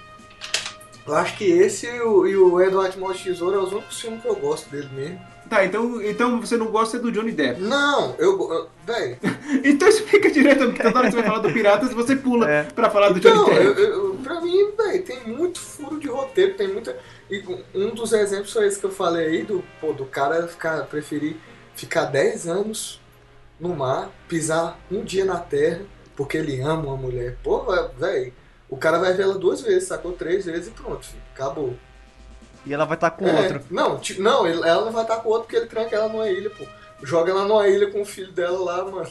Speaker 4: eu acho que esse e o, e o Edward Mão de Tesouro é os únicos filmes que eu gosto dele mesmo.
Speaker 1: Tá, então, então você não gosta do Johnny Depp.
Speaker 4: Não, eu. go- eu- Véi,
Speaker 1: Então explica direito, porque toda hora que você vai falar do Piratas, você pula
Speaker 2: É.
Speaker 1: pra falar do
Speaker 4: então,
Speaker 1: Johnny
Speaker 4: eu,
Speaker 1: Depp.
Speaker 4: eu- pra mim, véi, tem muito furo de roteiro, tem muita. E um dos exemplos foi esse que eu falei aí, do, pô, do cara ficar, preferir ficar 10 anos no mar, pisar um dia na terra, porque ele ama uma mulher. Pô, velho, o cara vai ver ela duas vezes, sacou três vezes e pronto, filho, acabou.
Speaker 2: E ela vai estar com
Speaker 4: É,
Speaker 2: outro.
Speaker 4: Não, ti- não, ele- ela não vai estar com outro porque ele tranca ela numa ilha, pô. Joga ela numa ilha com o filho dela lá, mano.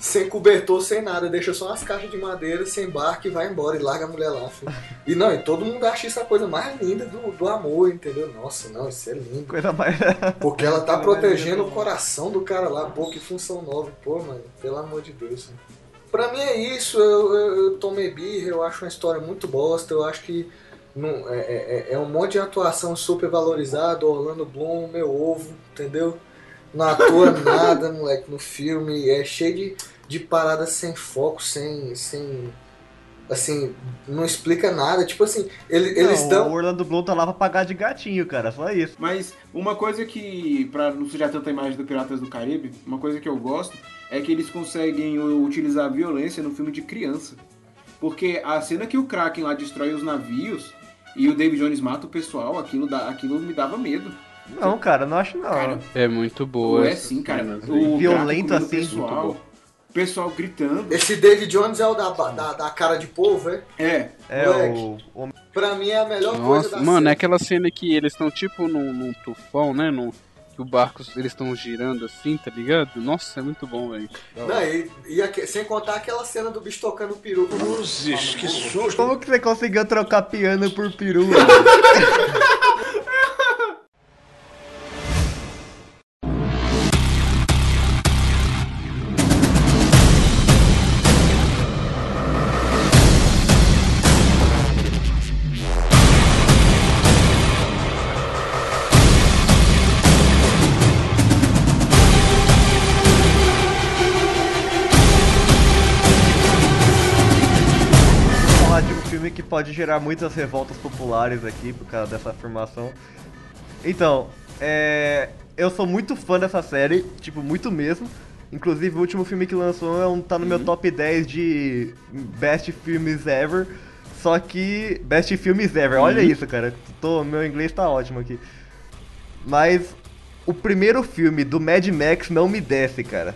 Speaker 4: Sem cobertor, sem nada, deixa só umas caixas de madeira, sem barco e vai embora e larga a mulher lá, filho. E não, e todo mundo acha isso a coisa mais linda do, do amor, entendeu? Nossa, não, isso é lindo.
Speaker 2: Coisa mais.
Speaker 4: Porque ela tá
Speaker 2: Ela vai
Speaker 4: protegendo
Speaker 2: viver
Speaker 4: o coração do cara lá. Pô, que função nova. Pô, mano, pelo amor de Deus. Mano. Pra mim é isso. Eu, eu- eu tomei birra. Eu acho uma história muito bosta. Eu acho que não, é, é- é- é um monte de atuação super valorizada. Orlando Bloom, meu ovo, entendeu? Não atua nada, moleque, no filme. É cheio de, de paradas sem foco, sem. sem assim, não explica nada. Tipo assim, ele- eles
Speaker 2: Não,
Speaker 4: dão.
Speaker 2: O Orlando Bloom tá lá pra pagar de gatinho, cara, só isso.
Speaker 1: Mas uma coisa que, pra não sujar tanta imagem do Piratas do Caribe, uma coisa que eu gosto é que eles conseguem u- utilizar a violência no filme de criança. Porque a cena que o Kraken lá destrói os navios e o David Jones mata o pessoal, aquilo, dá, aquilo me dava medo.
Speaker 2: Não, cara, não acho não.
Speaker 1: Cara,
Speaker 3: É muito
Speaker 1: Pô,
Speaker 3: boa.
Speaker 1: é
Speaker 3: essa
Speaker 4: assim,
Speaker 1: sim, cara.
Speaker 3: cena.
Speaker 1: O Kraken
Speaker 2: Violento
Speaker 1: comendo o
Speaker 2: assim,
Speaker 1: pessoal,
Speaker 3: muito
Speaker 1: o pessoal gritando.
Speaker 4: Esse David Jones é o da, ba- da, da cara de povo, é?
Speaker 1: É,
Speaker 2: é o,
Speaker 4: moleque.
Speaker 2: o.
Speaker 4: Pra mim é a melhor coisa
Speaker 3: Nossa,
Speaker 4: da
Speaker 3: mano, é
Speaker 4: série.
Speaker 3: aquela cena que eles estão tipo num, num tufão, né? Num, que o barco eles estão girando assim, tá ligado? Nossa, é muito bom, velho.
Speaker 4: Não, e, e aque- sem contar aquela cena do bicho tocando peruca.
Speaker 5: Luzes, que susto!
Speaker 2: Como que você conseguiu trocar piano por peru? mano? pode gerar muitas revoltas populares aqui por causa dessa afirmação. Então, é, eu sou muito fã dessa série, tipo, muito mesmo. Inclusive, o último filme que lançou é um, tá no meu top 10 de best filmes ever. Só que. Best filmes ever, olha isso, cara. Tô, meu inglês tá ótimo aqui. Mas o primeiro filme do Mad Max não me desce, cara.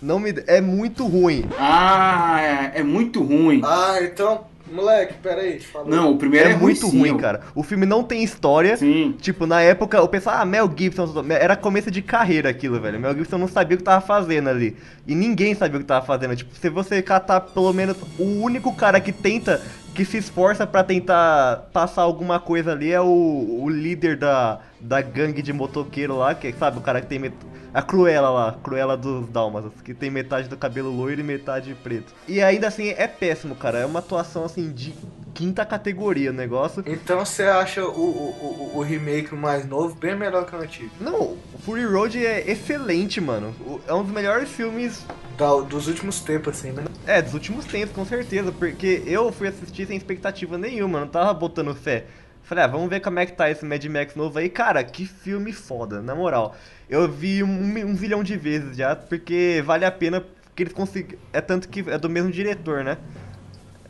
Speaker 2: Não me de- é muito ruim.
Speaker 1: Ah, é, é muito ruim.
Speaker 4: Ah, então, moleque, peraí. Falou.
Speaker 1: Não, o primeiro
Speaker 2: É,
Speaker 1: é,
Speaker 2: muito
Speaker 1: sim,
Speaker 2: ruim,
Speaker 1: ó.
Speaker 2: cara. O filme não tem história.
Speaker 1: Sim.
Speaker 2: Tipo, na época, eu pensava, ah, Mel Gibson, era começo de carreira aquilo, velho. Mel Gibson não sabia o que tava fazendo ali. E ninguém sabia o que tava fazendo. Tipo, se você catar pelo menos o único cara que tenta, que se esforça pra tentar passar alguma coisa ali é o, o líder da, da gangue de motoqueiro lá, que é, sabe, o cara que tem met... a Cruella lá, Cruella dos Dálmatas, que tem metade do cabelo loiro e metade preto. E ainda assim é péssimo, cara. É uma atuação assim de quinta categoria o negócio.
Speaker 4: Então você acha o, o, o, o remake mais novo bem melhor que o antigo?
Speaker 2: Não, Fury Road é excelente, mano. O- É um dos melhores filmes,
Speaker 4: Da- dos últimos tempos, assim, né?
Speaker 2: é, dos últimos tempos, com certeza. Porque eu fui assistir sem expectativa nenhuma, não tava botando fé. Falei, ah, vamos ver como é que tá esse Mad Max novo aí. Cara, que filme foda, na moral. Eu vi um, mi- um zilhão de vezes já, porque vale a pena, porque eles conseguem... É tanto que é do mesmo diretor, né?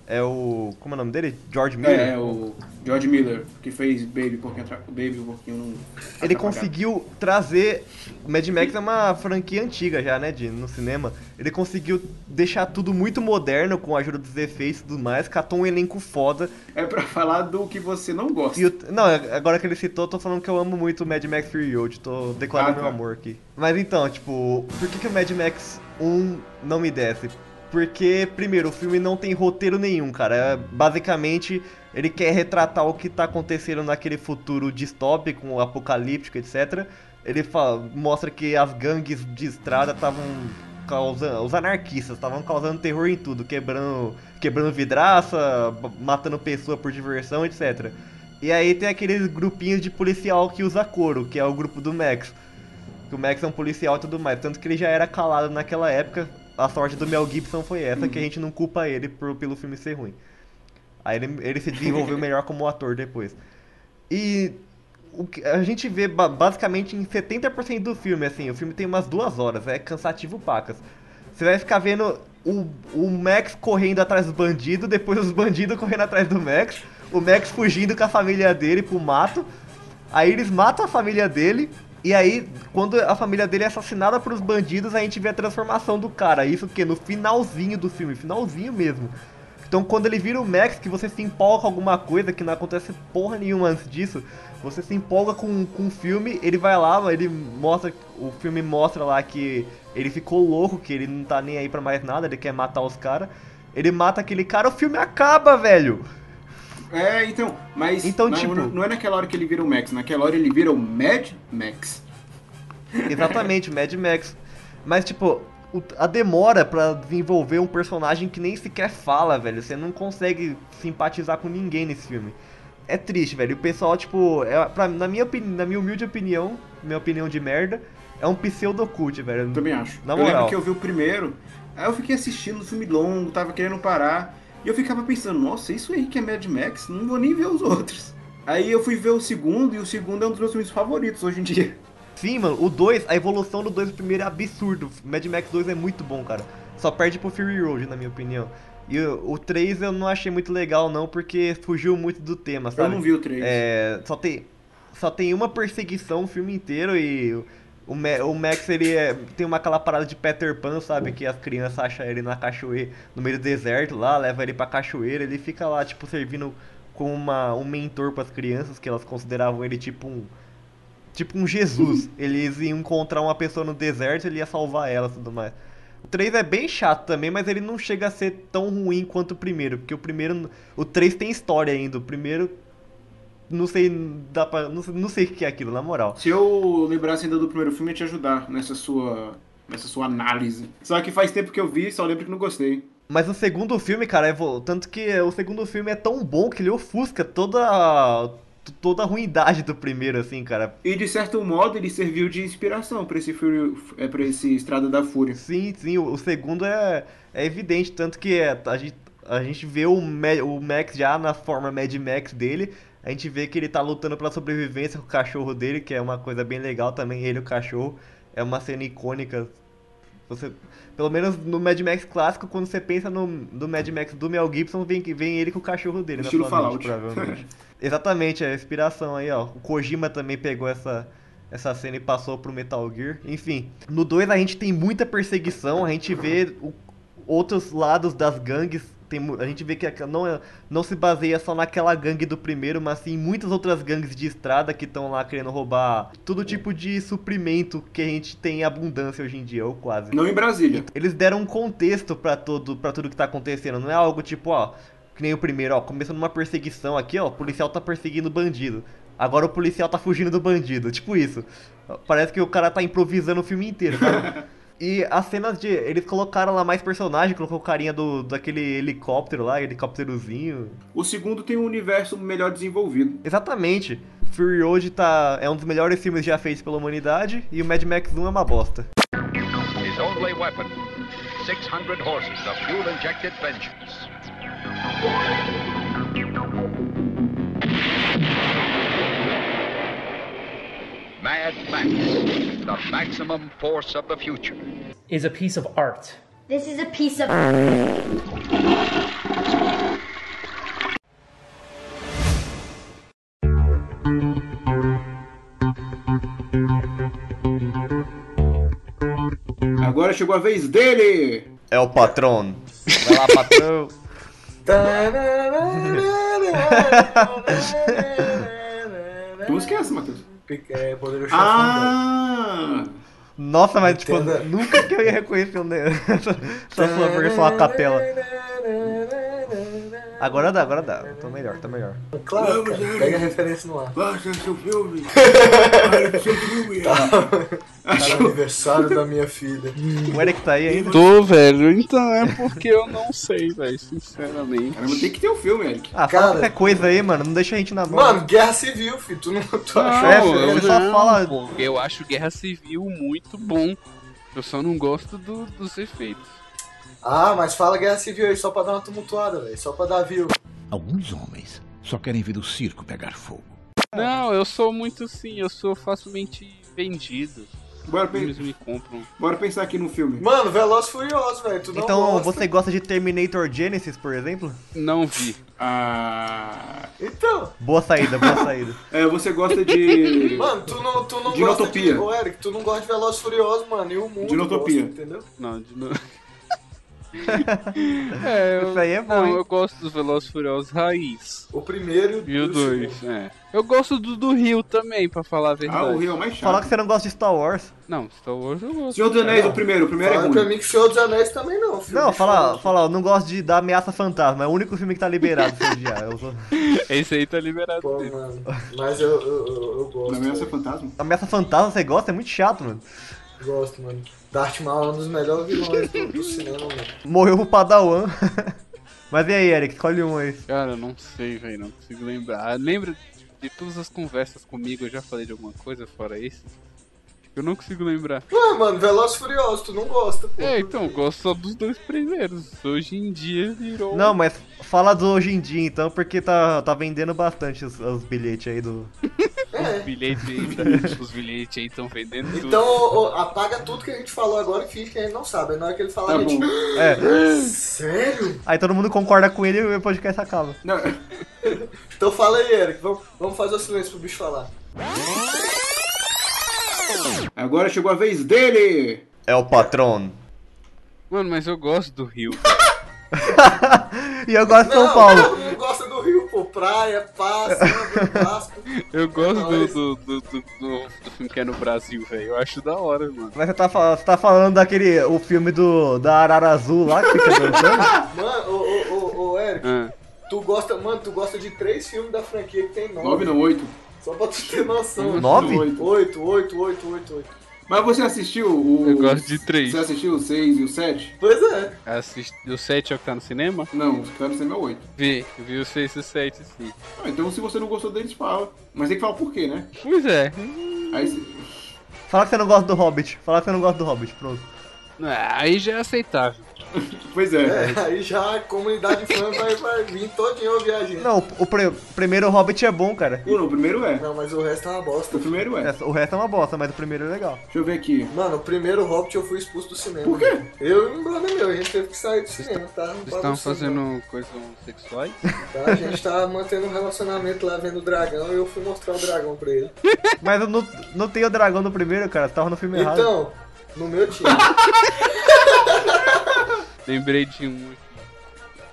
Speaker 2: É o... como é o nome dele? George Miller?
Speaker 1: É, o George Miller, que fez Baby Porquinho, Atra- Baby Porquinho não
Speaker 2: Ele
Speaker 1: Atrapalhado.
Speaker 2: conseguiu trazer. Mad Max é uma franquia antiga já, né? De, no cinema. Ele conseguiu deixar tudo muito moderno com a ajuda dos efeitos e tudo mais. Catou um elenco foda.
Speaker 1: É pra falar do que você não gosta.
Speaker 2: E o- não, agora que ele citou, eu tô falando que eu amo muito o Mad Max Fury Road. Tô declarando
Speaker 1: Ah, tá.
Speaker 2: meu amor aqui. Mas então, tipo, por que, que o Mad Max 1 não me desce? Porque, primeiro, o filme não tem roteiro nenhum, cara. É, Basicamente, ele quer retratar o que tá acontecendo naquele futuro distópico, apocalíptico, etc. Ele fa- mostra que as gangues de estrada estavam causando. Os anarquistas estavam causando terror em tudo, quebrando, quebrando vidraça, b- matando pessoa por diversão, etc. E aí tem aqueles grupinhos de policial que usa couro, que é o grupo do Max. Que o Max é um policial e tudo mais. Tanto que ele já era calado naquela época. A sorte do Mel Gibson foi essa, que a gente não culpa ele por- pelo filme ser ruim. Aí ele, ele se desenvolveu melhor como ator depois. E o que a gente vê ba- basicamente em 70% do filme, assim, o filme tem umas duas horas, é cansativo pacas. Você vai ficar vendo o, o Max correndo atrás dos bandidos, depois os bandidos correndo atrás do Max, o Max fugindo com a família dele pro mato, aí eles matam a família dele, e aí quando a família dele é assassinada pros bandidos, a gente vê a transformação do cara, isso que no finalzinho do filme, finalzinho mesmo. Então quando ele vira o Max, que você se empolga com alguma coisa, que não acontece porra nenhuma antes disso, você se empolga com, com o filme, ele vai lá, ele mostra. O filme mostra lá que ele ficou louco, que ele não tá nem aí pra mais nada, ele quer matar os caras. Ele mata aquele cara, o filme acaba, velho!
Speaker 1: É, então, mas
Speaker 2: Então,
Speaker 1: não,
Speaker 2: tipo-
Speaker 1: não, não é naquela hora que ele vira o Max, naquela hora ele vira o Mad Max.
Speaker 2: Exatamente, Mad Max. Mas, tipo, o- a demora pra desenvolver um personagem que nem sequer fala, velho. Você não consegue simpatizar com ninguém nesse filme. É triste, velho. O pessoal, tipo, é, pra- na, minha opini- na minha humilde opinião, minha opinião de merda, é um pseudocult, velho.
Speaker 1: Eu também acho.
Speaker 2: Na
Speaker 1: eu
Speaker 2: moral.
Speaker 1: lembro que eu vi o primeiro, aí eu fiquei assistindo o filme longo, tava querendo parar, e eu ficava pensando, nossa, isso aí que é Mad Max, não vou nem ver os outros. Aí eu fui ver o segundo, e o segundo é um dos meus filmes favoritos hoje em dia.
Speaker 2: Sim, mano, o 2, a evolução do 2 do primeiro é absurdo. Mad Max 2 é muito bom, cara. Só perde pro Fury Road, na minha opinião. E o 3 eu não achei muito legal, não, porque fugiu muito do tema, sabe?
Speaker 1: Eu não vi o três.
Speaker 2: É, só tem, só tem uma perseguição o filme inteiro e o- o, Ma- o Max ele é- tem uma aquela parada de Peter Pan, sabe? Que as crianças acham ele na cachoeira, no meio do deserto lá, leva ele pra cachoeira, ele fica lá, tipo, servindo como uma, um mentor pras crianças, que elas consideravam ele tipo um. Tipo um Jesus. Eles iam encontrar uma pessoa no deserto ele ia salvar ela e tudo mais. O 3 é bem chato também, mas ele não chega a ser tão ruim quanto o primeiro. Porque o primeiro. O 3 tem história ainda. O primeiro não sei, dá pra, não, sei- não sei o que é aquilo, na moral.
Speaker 1: Se eu lembrasse ainda do primeiro filme, ia te ajudar nessa sua, nessa sua análise. Só que faz tempo que eu vi, só lembro que não gostei.
Speaker 2: Mas o segundo filme, cara, é vo- tanto que o segundo filme é tão bom que ele ofusca toda a, t- toda a ruindade do primeiro, assim, cara.
Speaker 1: E de certo modo ele serviu de inspiração pra esse, Fury- é, pra esse Estrada da Fúria.
Speaker 2: Sim, sim, o, o segundo é, é evidente, tanto que é, a gente, A gente vê o, Ma- o Max já na forma Mad Max dele. A gente vê que ele tá lutando pela sobrevivência com o cachorro dele, que é uma coisa bem legal também, ele e o cachorro. É uma cena icônica. Você, pelo menos no Mad Max clássico, quando você pensa no, no Mad Max do Mel Gibson, vem, que- vem ele com o cachorro dele
Speaker 1: Estilo
Speaker 2: na sua mente,
Speaker 1: Fallout.
Speaker 2: provavelmente. Exatamente, é a inspiração aí, ó. O Kojima também pegou essa, essa cena e passou pro Metal Gear. Enfim, no 2 a gente tem muita perseguição, a gente vê o- outros lados das gangues. Tem, mu- a gente vê que a- não, é- não se baseia só naquela gangue do primeiro, mas sim em muitas outras gangues de estrada que estão lá querendo roubar todo tipo de suprimento que a gente tem em abundância hoje em dia, ou quase.
Speaker 1: Não em Brasília.
Speaker 2: Eles deram um contexto pra tudo, para tudo que tá acontecendo. Não é algo tipo, ó, que nem o primeiro, ó, começando uma perseguição aqui, ó, o policial tá perseguindo o bandido. Agora o policial tá fugindo do bandido, tipo isso. Parece que o cara tá improvisando o filme inteiro. cara. E as cenas de. Eles colocaram lá mais personagem, colocou o carinha do, daquele helicóptero lá, helicópterozinho.
Speaker 1: O segundo tem um universo melhor desenvolvido.
Speaker 2: Exatamente. Fury Road tá, é um dos melhores filmes já feitos pela humanidade e o Mad Max 1 é uma bosta.
Speaker 5: His only weapon 600 horses of fuel injected vengeance. Mad Max, the maximum force of the future.
Speaker 9: is a piece of art.
Speaker 6: This is a piece of.
Speaker 1: Agora chegou a vez dele!
Speaker 2: É o patrão. Vai lá, patrão.
Speaker 1: Que música é essa, Matheus?
Speaker 4: É, poderoso chefão,
Speaker 1: Ah!
Speaker 2: Nossa, mas tipo,
Speaker 4: Entenda.
Speaker 2: nunca que eu ia reconhecer um ne- essa essa sua versão a capela. Agora dá, agora dá. Tô melhor, tô melhor.
Speaker 4: Claro, cara. Pega a referência no ar.
Speaker 1: Baixa seu filme!
Speaker 4: Era Tá. aniversário da minha filha.
Speaker 2: O Eric tá aí ainda?
Speaker 3: Tô, velho. Então é porque eu não sei, velho. Sinceramente.
Speaker 1: Caramba, tem que ter o um filme, Eric.
Speaker 2: Ah,
Speaker 4: Cara.
Speaker 2: fala qualquer coisa aí, mano. Não deixa a gente na mão.
Speaker 4: Mano, guerra civil, filho. Tu não tu achou?
Speaker 2: é, você só
Speaker 3: não,
Speaker 2: fala-
Speaker 3: pô. Eu acho Guerra Civil muito bom. Eu só não gosto do- dos efeitos.
Speaker 4: Ah, mas fala guerra civil aí só pra dar uma tumultuada, velho. Só pra dar view.
Speaker 5: Alguns homens só querem ver o circo pegar fogo.
Speaker 3: Não, eu sou muito sim, eu sou facilmente vendido.
Speaker 1: Bora,
Speaker 3: Os filmes
Speaker 1: pe-
Speaker 3: me compram.
Speaker 1: bora pensar aqui no filme.
Speaker 4: Mano, Veloz e Furioso, velho. Tu não
Speaker 2: Então,
Speaker 4: gosta.
Speaker 2: você gosta de Terminator Genesis, por exemplo?
Speaker 3: Não vi.
Speaker 1: Ah.
Speaker 4: Então,
Speaker 2: Boa saída, boa saída.
Speaker 1: É, você gosta de.
Speaker 4: mano, tu não, tu não gosta de...
Speaker 1: Dinotopia.
Speaker 4: Ô, Eric, tu não gosta de Veloz e Furioso, mano. E o mundo
Speaker 1: Dinotopia.
Speaker 4: gosta, entendeu?
Speaker 3: Não, de novo. é, eu,
Speaker 2: Isso aí é bom,
Speaker 3: não,
Speaker 2: hein?
Speaker 3: eu gosto dos Velozes e Furiosos Raiz.
Speaker 4: O primeiro
Speaker 3: E o
Speaker 4: segundo.
Speaker 3: 2, é. Eu gosto do do Rio também, pra falar a verdade.
Speaker 1: Ah, o Rio é o mais
Speaker 2: Falar
Speaker 1: chato.
Speaker 2: que você não gosta de Star Wars.
Speaker 3: Não, Star Wars eu gosto.
Speaker 1: Senhor dos Anéis, o primeiro. O primeiro é
Speaker 4: Fala pra
Speaker 1: ruim.
Speaker 4: mim que Senhor dos Anéis também não, filho.
Speaker 2: Não, fala, fala, eu não gosto de da Ameaça Fantasma. É o único filme que tá liberado esse dia. Eu sou-
Speaker 3: Esse aí tá liberado.
Speaker 4: Pô, mano. Mas eu, eu, eu, eu gosto.
Speaker 1: Na ameaça
Speaker 4: velho.
Speaker 1: é fantasma.
Speaker 2: Ameaça Fantasma, você gosta? É muito chato, mano.
Speaker 4: Gosto, mano. Darth Maul é um dos melhores vilões do, do cinema, mano.
Speaker 2: Morreu pro Padawan. Mas e aí, Eric? Escolhe um aí.
Speaker 3: Cara, eu não sei, velho, não consigo lembrar. Lembra de todas as conversas comigo, eu já falei de alguma coisa fora isso? Eu não consigo lembrar.
Speaker 4: Ué, mano, Veloz e Furioso, tu não gosta, pô.
Speaker 3: É, então, eu gosto só dos dois primeiros. Hoje em dia virou.
Speaker 2: Não, mas fala do hoje em dia então, porque tá, tá vendendo bastante os, os bilhetes aí do.
Speaker 3: Os bilhetes aí, tá? os bilhetes aí estão vendendo tudo.
Speaker 4: É. Então, ô, ô, apaga tudo que a gente falou agora e finge que a gente não sabe. Aí Na hora que ele falar,
Speaker 1: Tá
Speaker 4: a gente. "Ah,
Speaker 1: bom.
Speaker 2: É,
Speaker 4: Sério?
Speaker 2: aí todo mundo concorda com ele e o podcast acaba.
Speaker 1: Não,
Speaker 4: Então fala aí, Eric. Vamos, vamos fazer o silêncio pro bicho falar.
Speaker 1: agora chegou a vez dele!
Speaker 2: É o patrão.
Speaker 3: Mano, mas eu gosto do Rio.
Speaker 2: E eu gosto de
Speaker 1: Então
Speaker 2: São
Speaker 4: Não,
Speaker 2: Paulo.
Speaker 4: não gosta do Rio, pô. Praia, paz, samba, Vasco.
Speaker 3: Eu gosto do,
Speaker 4: Mas-
Speaker 3: do, do, do, do- do filme que é no Brasil, velho. Eu acho da hora, mano.
Speaker 2: Mas você tá, fal- você tá falando daquele. o filme do. da Arara Azul lá que fica dançando?
Speaker 4: Mano, ô, ô, ô, ô, Eric,
Speaker 3: Ah,
Speaker 4: tu gosta, mano, tu gosta de três filmes da franquia que tem nove.
Speaker 1: Nove não, oito.
Speaker 4: Só pra tu ter
Speaker 1: Uhum.
Speaker 4: noção.
Speaker 2: Nove?
Speaker 1: Oito.
Speaker 4: Oito, oito, oito, oito, oito.
Speaker 1: Mas você assistiu o.
Speaker 3: Eu gosto de três.
Speaker 1: Você assistiu o seis e o sete?
Speaker 4: Pois é.
Speaker 3: Assiste... O 7 é o que tá no cinema?
Speaker 1: Não, os caras são oito.
Speaker 3: Vi, vi o 6 e o 7, sim.
Speaker 1: Ah, então se você não gostou deles, fala. Mas tem que falar por quê, né?
Speaker 3: Pois é.
Speaker 1: Aí se-
Speaker 2: Fala que você não gosta do Hobbit. Fala que você não gosta do Hobbit, pronto.
Speaker 3: Ah, Aí já é aceitável.
Speaker 1: Pois é.
Speaker 4: É, aí já a comunidade fã vai, vai vir todinho ouvir a gente.
Speaker 2: Não, o pre- primeiro Hobbit é bom, cara.
Speaker 1: O primeiro é.
Speaker 4: Não, mas o resto é uma bosta.
Speaker 1: O primeiro é.
Speaker 2: Essa- O resto é uma bosta, mas o primeiro é legal.
Speaker 1: Deixa eu ver aqui.
Speaker 4: Mano, o primeiro Hobbit eu fui expulso do cinema.
Speaker 1: Por quê?
Speaker 4: Eu e um brother meu, a gente teve que sair do cinema, tá? Não
Speaker 3: Vocês
Speaker 4: pode
Speaker 3: estão
Speaker 4: ser,
Speaker 3: fazendo
Speaker 4: não,
Speaker 3: coisas sexuais?
Speaker 4: tá? A gente tava mantendo um relacionamento lá vendo o dragão e eu fui mostrar o dragão pra ele.
Speaker 2: Mas eu não, não tem o dragão no primeiro, cara. Tava no filme errado.
Speaker 4: Então, no meu time.
Speaker 3: Lembrei de um aqui.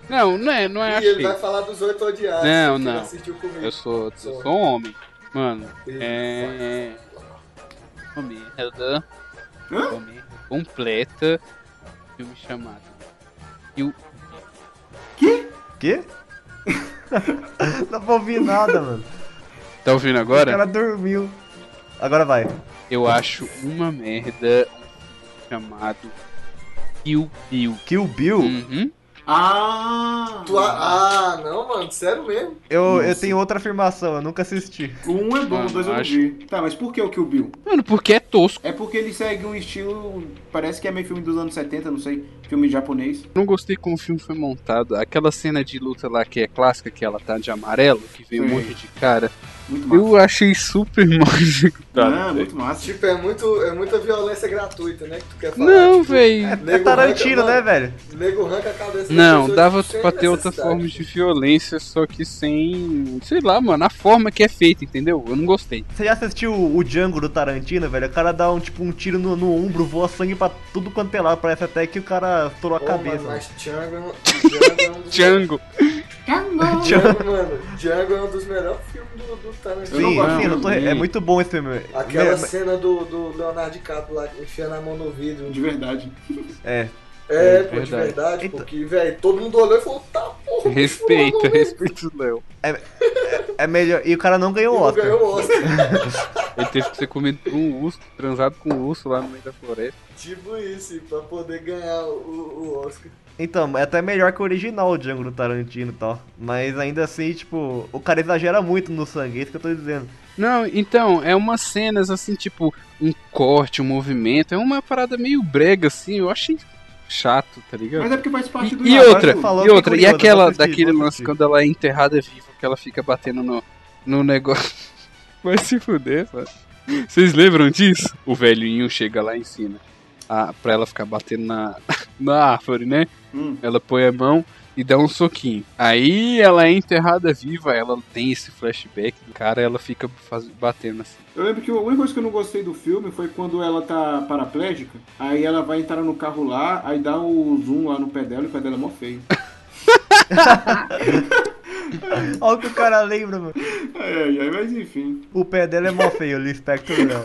Speaker 3: Não, não é, não é
Speaker 4: e ele tá
Speaker 3: achei.
Speaker 4: vai falar dos oito odiados.
Speaker 3: Não,
Speaker 4: que
Speaker 3: não.
Speaker 4: Assistiu comigo.
Speaker 3: Eu sou, eu sou um homem. Mano, é. Uma merda.
Speaker 1: Hã?
Speaker 3: Uma merda completa. Filme chamado. E o
Speaker 2: Quê? não vou ouvir nada, mano.
Speaker 3: Tá ouvindo
Speaker 2: O
Speaker 3: agora?
Speaker 2: cara dormiu. Agora vai.
Speaker 3: Eu acho uma merda um filme chamado Kill Bill.
Speaker 2: Kill Bill.
Speaker 3: Uhum.
Speaker 1: Ah!
Speaker 4: Tu a- Ah, não, mano, sério mesmo.
Speaker 2: Eu, eu tenho outra afirmação, eu nunca assisti.
Speaker 1: O um é bom,
Speaker 3: Mano,
Speaker 1: o dois eu não
Speaker 3: Ah, acho-
Speaker 1: vi. Tá, mas por que o Kill Bill?
Speaker 3: Mano, porque é tosco.
Speaker 1: É porque ele segue um estilo. Parece que é meio filme dos anos 70, não sei. Filme japonês.
Speaker 3: Não gostei como o filme foi montado. Aquela cena de luta lá que é clássica, que ela tá de amarelo, que vem um
Speaker 1: Sim.
Speaker 3: monte de cara.
Speaker 1: Muito massa.
Speaker 3: Eu achei super mal executado.
Speaker 1: Ah, muito massa.
Speaker 4: Tipo, é, muito, é muita violência gratuita, né? Que tu quer falar.
Speaker 3: Não,
Speaker 4: tipo,
Speaker 3: velho.
Speaker 2: É Tarantino, né, velho?
Speaker 4: Nego arranca a cabeça
Speaker 3: Não,
Speaker 4: das pessoas
Speaker 3: dava
Speaker 4: sem
Speaker 3: pra ter outra
Speaker 4: necessidade.
Speaker 3: forma de violência, só que sem. Sei lá, mano, a forma que é feita, entendeu? Eu não gostei.
Speaker 2: Você já assistiu o Django do Tarantino, velho? O cara dá um tipo um tiro no, no ombro, voa sangue pra tudo quanto é lado. Parece até que o cara estourou a
Speaker 4: Pô,
Speaker 2: cabeça.
Speaker 4: Mano, mas Django, é um- Django é um dos
Speaker 3: Django.
Speaker 4: Django, mano, Django é um dos melhores filmes do, do Tarantino.
Speaker 1: Eu não
Speaker 2: Sim,
Speaker 1: gosto,
Speaker 2: sim, eu
Speaker 1: não.
Speaker 2: não tô- é muito bom esse filme.
Speaker 4: Aquela
Speaker 2: Me-
Speaker 4: cena do, do Leonardo DiCaprio lá enfiando a mão no vidro.
Speaker 1: De verdade.
Speaker 2: É,
Speaker 4: É,
Speaker 3: É,
Speaker 4: pô, de
Speaker 3: verdade.
Speaker 4: verdade,
Speaker 2: Então-
Speaker 4: porque, velho, todo mundo olhou e falou, tá porra.
Speaker 3: Respeita, respeita o Léo.
Speaker 2: é melhor. E o cara não ganhou o
Speaker 4: Oscar.
Speaker 2: um Oscar.
Speaker 4: Ganhou o Oscar.
Speaker 3: Ele teve que ser comido por um urso, transado com um urso lá no meio da floresta.
Speaker 4: tipo isso, pra poder ganhar o, o Oscar.
Speaker 2: Então, é até melhor que o original o Django do Tarantino e tal. Mas ainda assim, tipo, o cara exagera muito no sangue, é isso que eu tô dizendo.
Speaker 3: Não, então, é umas cenas assim, tipo, um corte, um movimento. É uma parada meio brega, assim. Eu achei chato, tá ligado?
Speaker 1: Mas é porque faz parte do.
Speaker 3: E, e
Speaker 2: agora
Speaker 3: outra,
Speaker 2: você falou,
Speaker 3: e
Speaker 2: eu
Speaker 3: outra,
Speaker 2: fiquei
Speaker 3: e
Speaker 2: curioso,
Speaker 3: aquela
Speaker 2: vou assistir,
Speaker 3: daquele
Speaker 2: vou
Speaker 3: lance
Speaker 2: assistir.
Speaker 3: quando ela é enterrada viva, que ela fica batendo no, no negócio. Vai se fuder, mano. Vocês lembram disso? O velhinho chega lá e ensina a, pra ela ficar batendo na, na árvore, né?
Speaker 1: Hum.
Speaker 3: Ela põe a mão e dá um soquinho. Aí ela é enterrada viva, ela tem esse flashback do cara, ela fica faz- batendo assim.
Speaker 1: Eu lembro que a única coisa que eu não gostei do filme foi quando ela tá paraplégica, aí ela vai entrar no carro lá, aí dá o zoom lá no pé dela e o pé dela é mó feio.
Speaker 2: Olha o que o cara lembra, mano.
Speaker 1: É, é, mas enfim.
Speaker 2: O pé dela é mó feio, o Spectre não.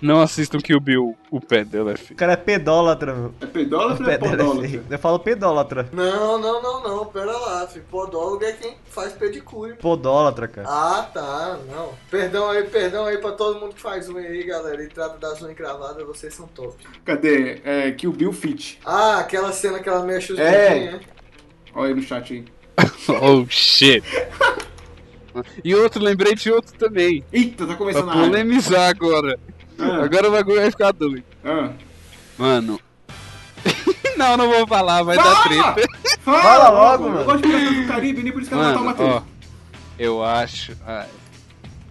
Speaker 3: Não assistam que o Bill, o pé dela é feio.
Speaker 2: O cara é pedólatra, mano.
Speaker 1: É
Speaker 2: O
Speaker 1: pedólatra ou
Speaker 2: pé
Speaker 1: é
Speaker 2: dela é
Speaker 1: podólatra?
Speaker 2: feio. Eu falo pedólatra.
Speaker 4: Não, não, não, não, pera lá, filho. Podólogo é quem faz pedicure.
Speaker 2: Podólatra, cara.
Speaker 4: Ah, tá, não. Perdão aí, perdão aí pra todo mundo que faz unha aí, galera. E trata das unhas cravadas, vocês são top.
Speaker 1: Cadê? É, que o Bill Fit.
Speaker 4: Ah, aquela cena que ela mexe os
Speaker 1: É.
Speaker 4: dedinhos, né?
Speaker 1: Olha aí no chat aí.
Speaker 3: Oh shit. E outro, lembrei de outro também.
Speaker 1: Eita, tá
Speaker 3: Pra
Speaker 1: começando a área.
Speaker 3: polemizar agora.
Speaker 1: Ah.
Speaker 3: Agora o bagulho vai ficar doido.
Speaker 1: Ah.
Speaker 3: Mano. não, não vou falar, vai dar
Speaker 1: Fala!
Speaker 3: treta.
Speaker 1: Fala,
Speaker 2: Fala logo, mano.
Speaker 1: Eu gosto de Piratas do Caribe, nem por isso que ela tá
Speaker 3: Mano, ó.
Speaker 1: matando.
Speaker 3: Eu acho. ah,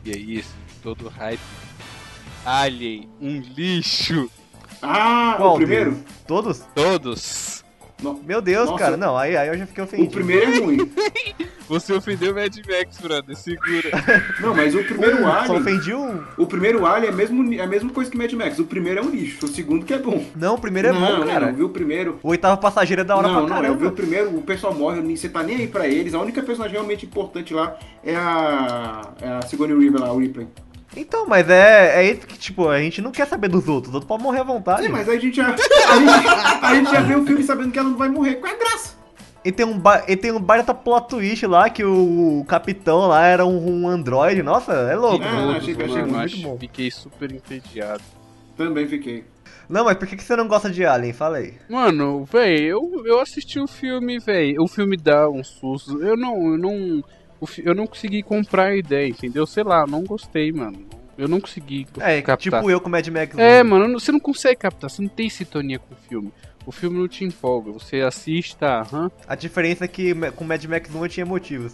Speaker 3: e é isso, todo hype. Alien, um lixo.
Speaker 1: Ah,
Speaker 2: Qual
Speaker 1: o primeiro?
Speaker 2: deles? Todos?
Speaker 3: Todos.
Speaker 1: No-
Speaker 2: Meu Deus,
Speaker 1: Nossa.
Speaker 2: cara. Não, aí, aí eu já fiquei ofendido.
Speaker 1: O primeiro é ruim.
Speaker 3: Você ofendeu o Mad Max, brother. Segura.
Speaker 1: Não, mas o primeiro
Speaker 2: Só
Speaker 1: Alien.
Speaker 2: ofendi um.
Speaker 1: O primeiro Alien é, mesmo, é a mesma coisa que Mad Max. O primeiro é um lixo, o segundo que é bom.
Speaker 2: Não, o primeiro é
Speaker 1: não,
Speaker 2: bom, cara.
Speaker 1: não, eu vi o primeiro.
Speaker 2: O oitavo passageiro é da hora
Speaker 1: Não,
Speaker 2: pra
Speaker 1: não, eu vi o
Speaker 2: caramba.
Speaker 1: primeiro, o pessoal morre, eu nem- você tá nem aí pra eles. A única personagem realmente importante lá é a, é a Sigourney Weaver lá, o Ripley.
Speaker 2: Então, mas é, é isso que, tipo, a gente não quer saber dos outros. Os outros podem morrer à vontade.
Speaker 1: Sim, mas aí a gente já, a gente, a gente já vê o filme sabendo que ela não vai morrer. Qual é a graça?
Speaker 2: E tem um, ba... e tem um baita plot twist lá que o capitão lá era um, um androide. Nossa, é louco.
Speaker 1: Ah,
Speaker 2: mano.
Speaker 1: achei- achei
Speaker 2: Mano,
Speaker 1: muito
Speaker 2: muito bom.
Speaker 3: Fiquei super entediado.
Speaker 1: Também fiquei.
Speaker 2: Não, mas por que, que você não gosta de Alien? Fala aí.
Speaker 3: Mano, véi, eu, eu assisti o filme, véi. O filme dá um susto. Eu não. Eu não, o fi- eu não consegui comprar a ideia, entendeu? Sei lá, não gostei, mano. Eu não consegui
Speaker 2: É,
Speaker 3: captar.
Speaker 2: tipo eu com Mad Max.
Speaker 3: É, mano, não- você não consegue captar, você não tem sintonia com o filme. O filme não te empolga, você assiste, tá, aham.
Speaker 2: A diferença é que ma- com Mad Max 1 eu tinha motivos.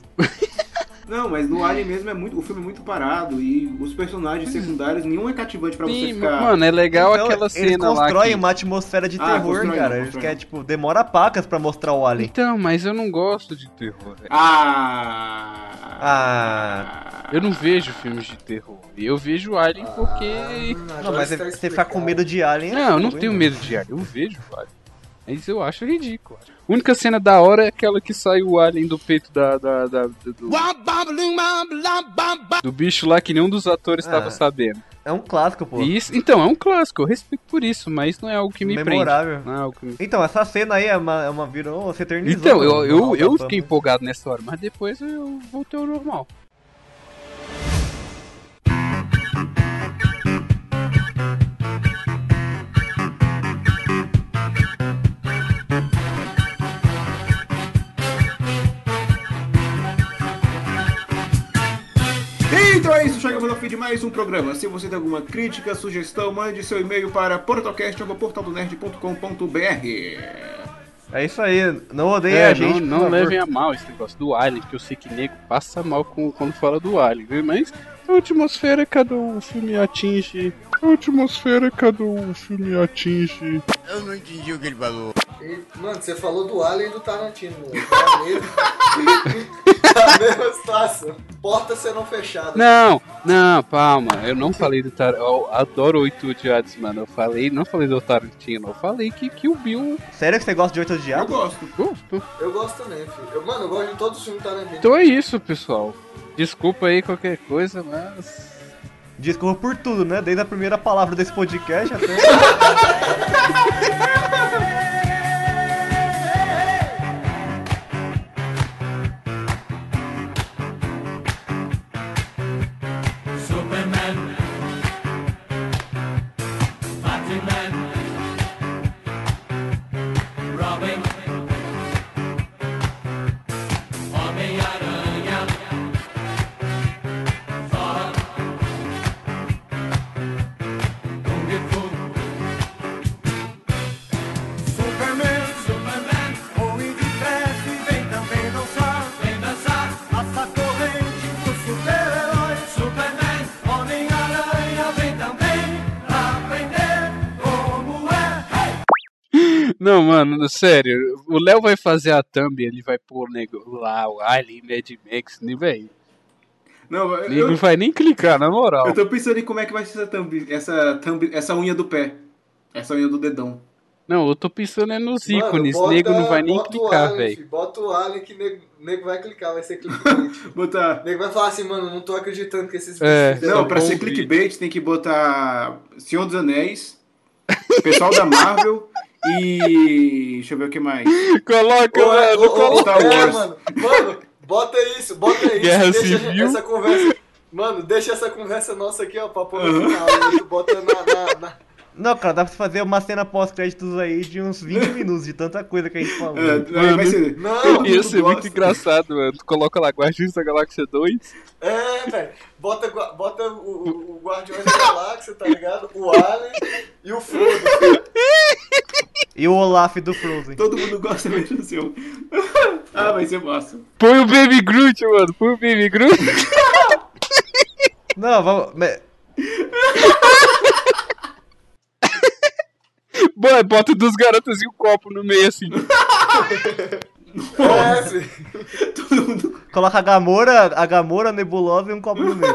Speaker 1: Não, mas no Alien mesmo é muito, o filme é muito parado e os personagens secundários, nenhum é cativante pra você
Speaker 3: Sim,
Speaker 1: ficar.
Speaker 3: mano, é legal
Speaker 2: Então,
Speaker 3: aquela
Speaker 2: Eles
Speaker 3: cena lá
Speaker 2: constroem
Speaker 3: que...
Speaker 2: uma atmosfera de
Speaker 1: Ah,
Speaker 2: terror,
Speaker 1: constroem,
Speaker 2: cara. Eles
Speaker 1: constroem.
Speaker 2: querem, tipo, demora pacas pra mostrar o Alien.
Speaker 3: Então, mas eu não gosto de terror, velho.
Speaker 1: Ah!
Speaker 2: Ah.
Speaker 3: Eu não vejo filmes de terror. Eu vejo Alien porque...
Speaker 4: Ah,
Speaker 2: Não,
Speaker 4: agora
Speaker 2: mas tá
Speaker 4: está
Speaker 2: você ficar com medo de Alien. é
Speaker 3: Não, eu não
Speaker 2: ruim,
Speaker 3: tenho
Speaker 2: mano.
Speaker 3: medo de Alien, eu vejo Alien. Mas eu acho ridículo. A única cena da hora é aquela que sai o Alien do peito da... da, da- do... do bicho lá que nenhum dos atores
Speaker 2: Ah.
Speaker 3: estava sabendo.
Speaker 2: É um clássico, pô.
Speaker 3: E Isso, então, é um clássico, eu respeito por isso, mas não é algo que me
Speaker 2: Memorável.
Speaker 3: prende. Não é algo que me
Speaker 2: Então, essa cena aí é uma, é uma virou, você eternizou.
Speaker 3: Então, eu,
Speaker 2: mano,
Speaker 3: eu,
Speaker 2: no
Speaker 3: eu
Speaker 2: Alpha
Speaker 3: fiquei
Speaker 2: Pampa.
Speaker 3: empolgado nessa hora, mas depois eu voltei ao normal.
Speaker 1: Então é isso, chegamos ao fim de mais um programa. Se você tem alguma crítica, sugestão, mande seu e-mail para portalcast.portaldonerd.com.br.
Speaker 2: É isso aí, não odeia
Speaker 3: É,
Speaker 2: a gente,
Speaker 3: não,
Speaker 2: por
Speaker 3: não
Speaker 2: favor.
Speaker 3: levem a mal esse negócio do Alien, que eu sei que nego passa mal com, quando fala do Alien, né? Mas a atmosfera cada um filme atinge. A atmosfera cada um filme atinge.
Speaker 4: E, Mano, você falou do Alien e do Tarantino, moleque. Tá mesmo- a mesma situação. Porta sendo fechada.
Speaker 3: Não, não, palma, eu não falei do Tarantino. Eu adoro oito odiados, mano. Eu falei, não falei do Tarantino, eu falei que, que o Bill
Speaker 2: Sério que você gosta de Oito
Speaker 1: Eu
Speaker 2: Diabos?
Speaker 1: gosto.
Speaker 3: gosto.
Speaker 4: Eu gosto também, filho. Eu- mano, eu gosto de todos os filmes do Tarantino.
Speaker 3: Então é isso, pessoal. Desculpa aí qualquer coisa, mas.
Speaker 2: Desculpa por tudo, né? Desde a primeira palavra desse podcast até...
Speaker 3: Não, mano, sério. O Léo vai fazer a thumb, ele vai pôr o nego lá, o Alien, Mad Max, né, velho?
Speaker 1: Não, eu,
Speaker 3: Ele não
Speaker 1: eu,
Speaker 3: vai nem clicar, na moral.
Speaker 1: eu tô pensando em como é que vai ser essa thumb, essa thumb, essa unha do pé. Essa unha do dedão.
Speaker 3: Não, eu tô pensando é nos
Speaker 4: Mano,
Speaker 3: ícones.
Speaker 4: bota-
Speaker 3: nego não vai nem
Speaker 4: bota o
Speaker 3: clicar,
Speaker 4: Alien,
Speaker 3: velho.
Speaker 4: filho. Bota o Alien que nego, nego vai clicar, vai ser clickbait.
Speaker 1: Botar.
Speaker 4: nego vai falar assim, mano, não tô acreditando que esses
Speaker 3: É.
Speaker 4: bichos-
Speaker 1: Não, pra
Speaker 3: bom
Speaker 1: ser
Speaker 3: vídeo.
Speaker 1: clickbait tem que botar Senhor dos Anéis, pessoal da Marvel e. Deixa eu ver o que mais.
Speaker 3: Coloca,
Speaker 4: Ô, é,
Speaker 3: mano,
Speaker 4: ô, ô,
Speaker 3: coloca.
Speaker 1: Star
Speaker 4: é,
Speaker 1: Wars.
Speaker 4: mano, mano, bota isso, bota isso.
Speaker 3: Guerra
Speaker 4: deixa
Speaker 3: Civil.
Speaker 4: essa conversa. Mano, deixa essa conversa nossa aqui, ó, pra pôr no final. aí tu bota na- na- na...
Speaker 2: Não, cara, dá pra fazer uma cena pós-créditos aí de uns 20 minutos de tanta coisa que a gente falou.
Speaker 1: É, aí vai ser.
Speaker 4: Não,
Speaker 3: Ia ser
Speaker 1: gosta.
Speaker 3: é muito engraçado, mano. Tu coloca lá Guardiões da Galáxia 2.
Speaker 4: É, velho. Bota, gua- bota o, o, o Guardiões da Galáxia, tá ligado? O Alien e o Frodo.
Speaker 2: E o Olaf do Frozen.
Speaker 1: Todo mundo gosta mesmo do seu. ah, vai ser massa.
Speaker 3: Põe o Baby Groot, mano. Põe o Baby Groot.
Speaker 2: Não, vamos... mas-
Speaker 3: Boa, bota dos garotas e o copo no meio, assim.
Speaker 4: É, filho.
Speaker 1: Todo mundo.
Speaker 2: Coloca a Gamora, a Gamora, a Nebulosa e um copo no meio.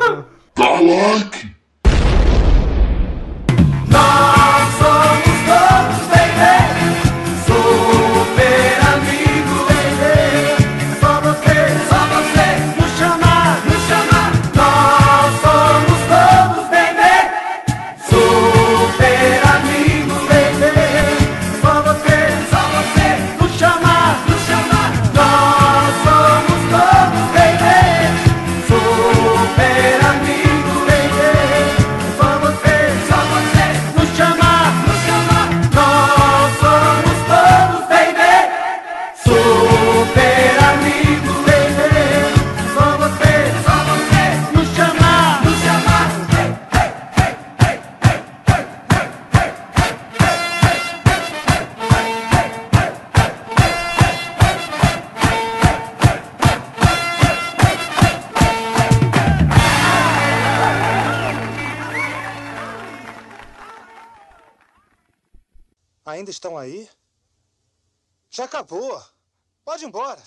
Speaker 8: Super amigos, baby. Só você, só você, no chão.
Speaker 2: Ainda estão aí? Já acabou. Pode ir embora.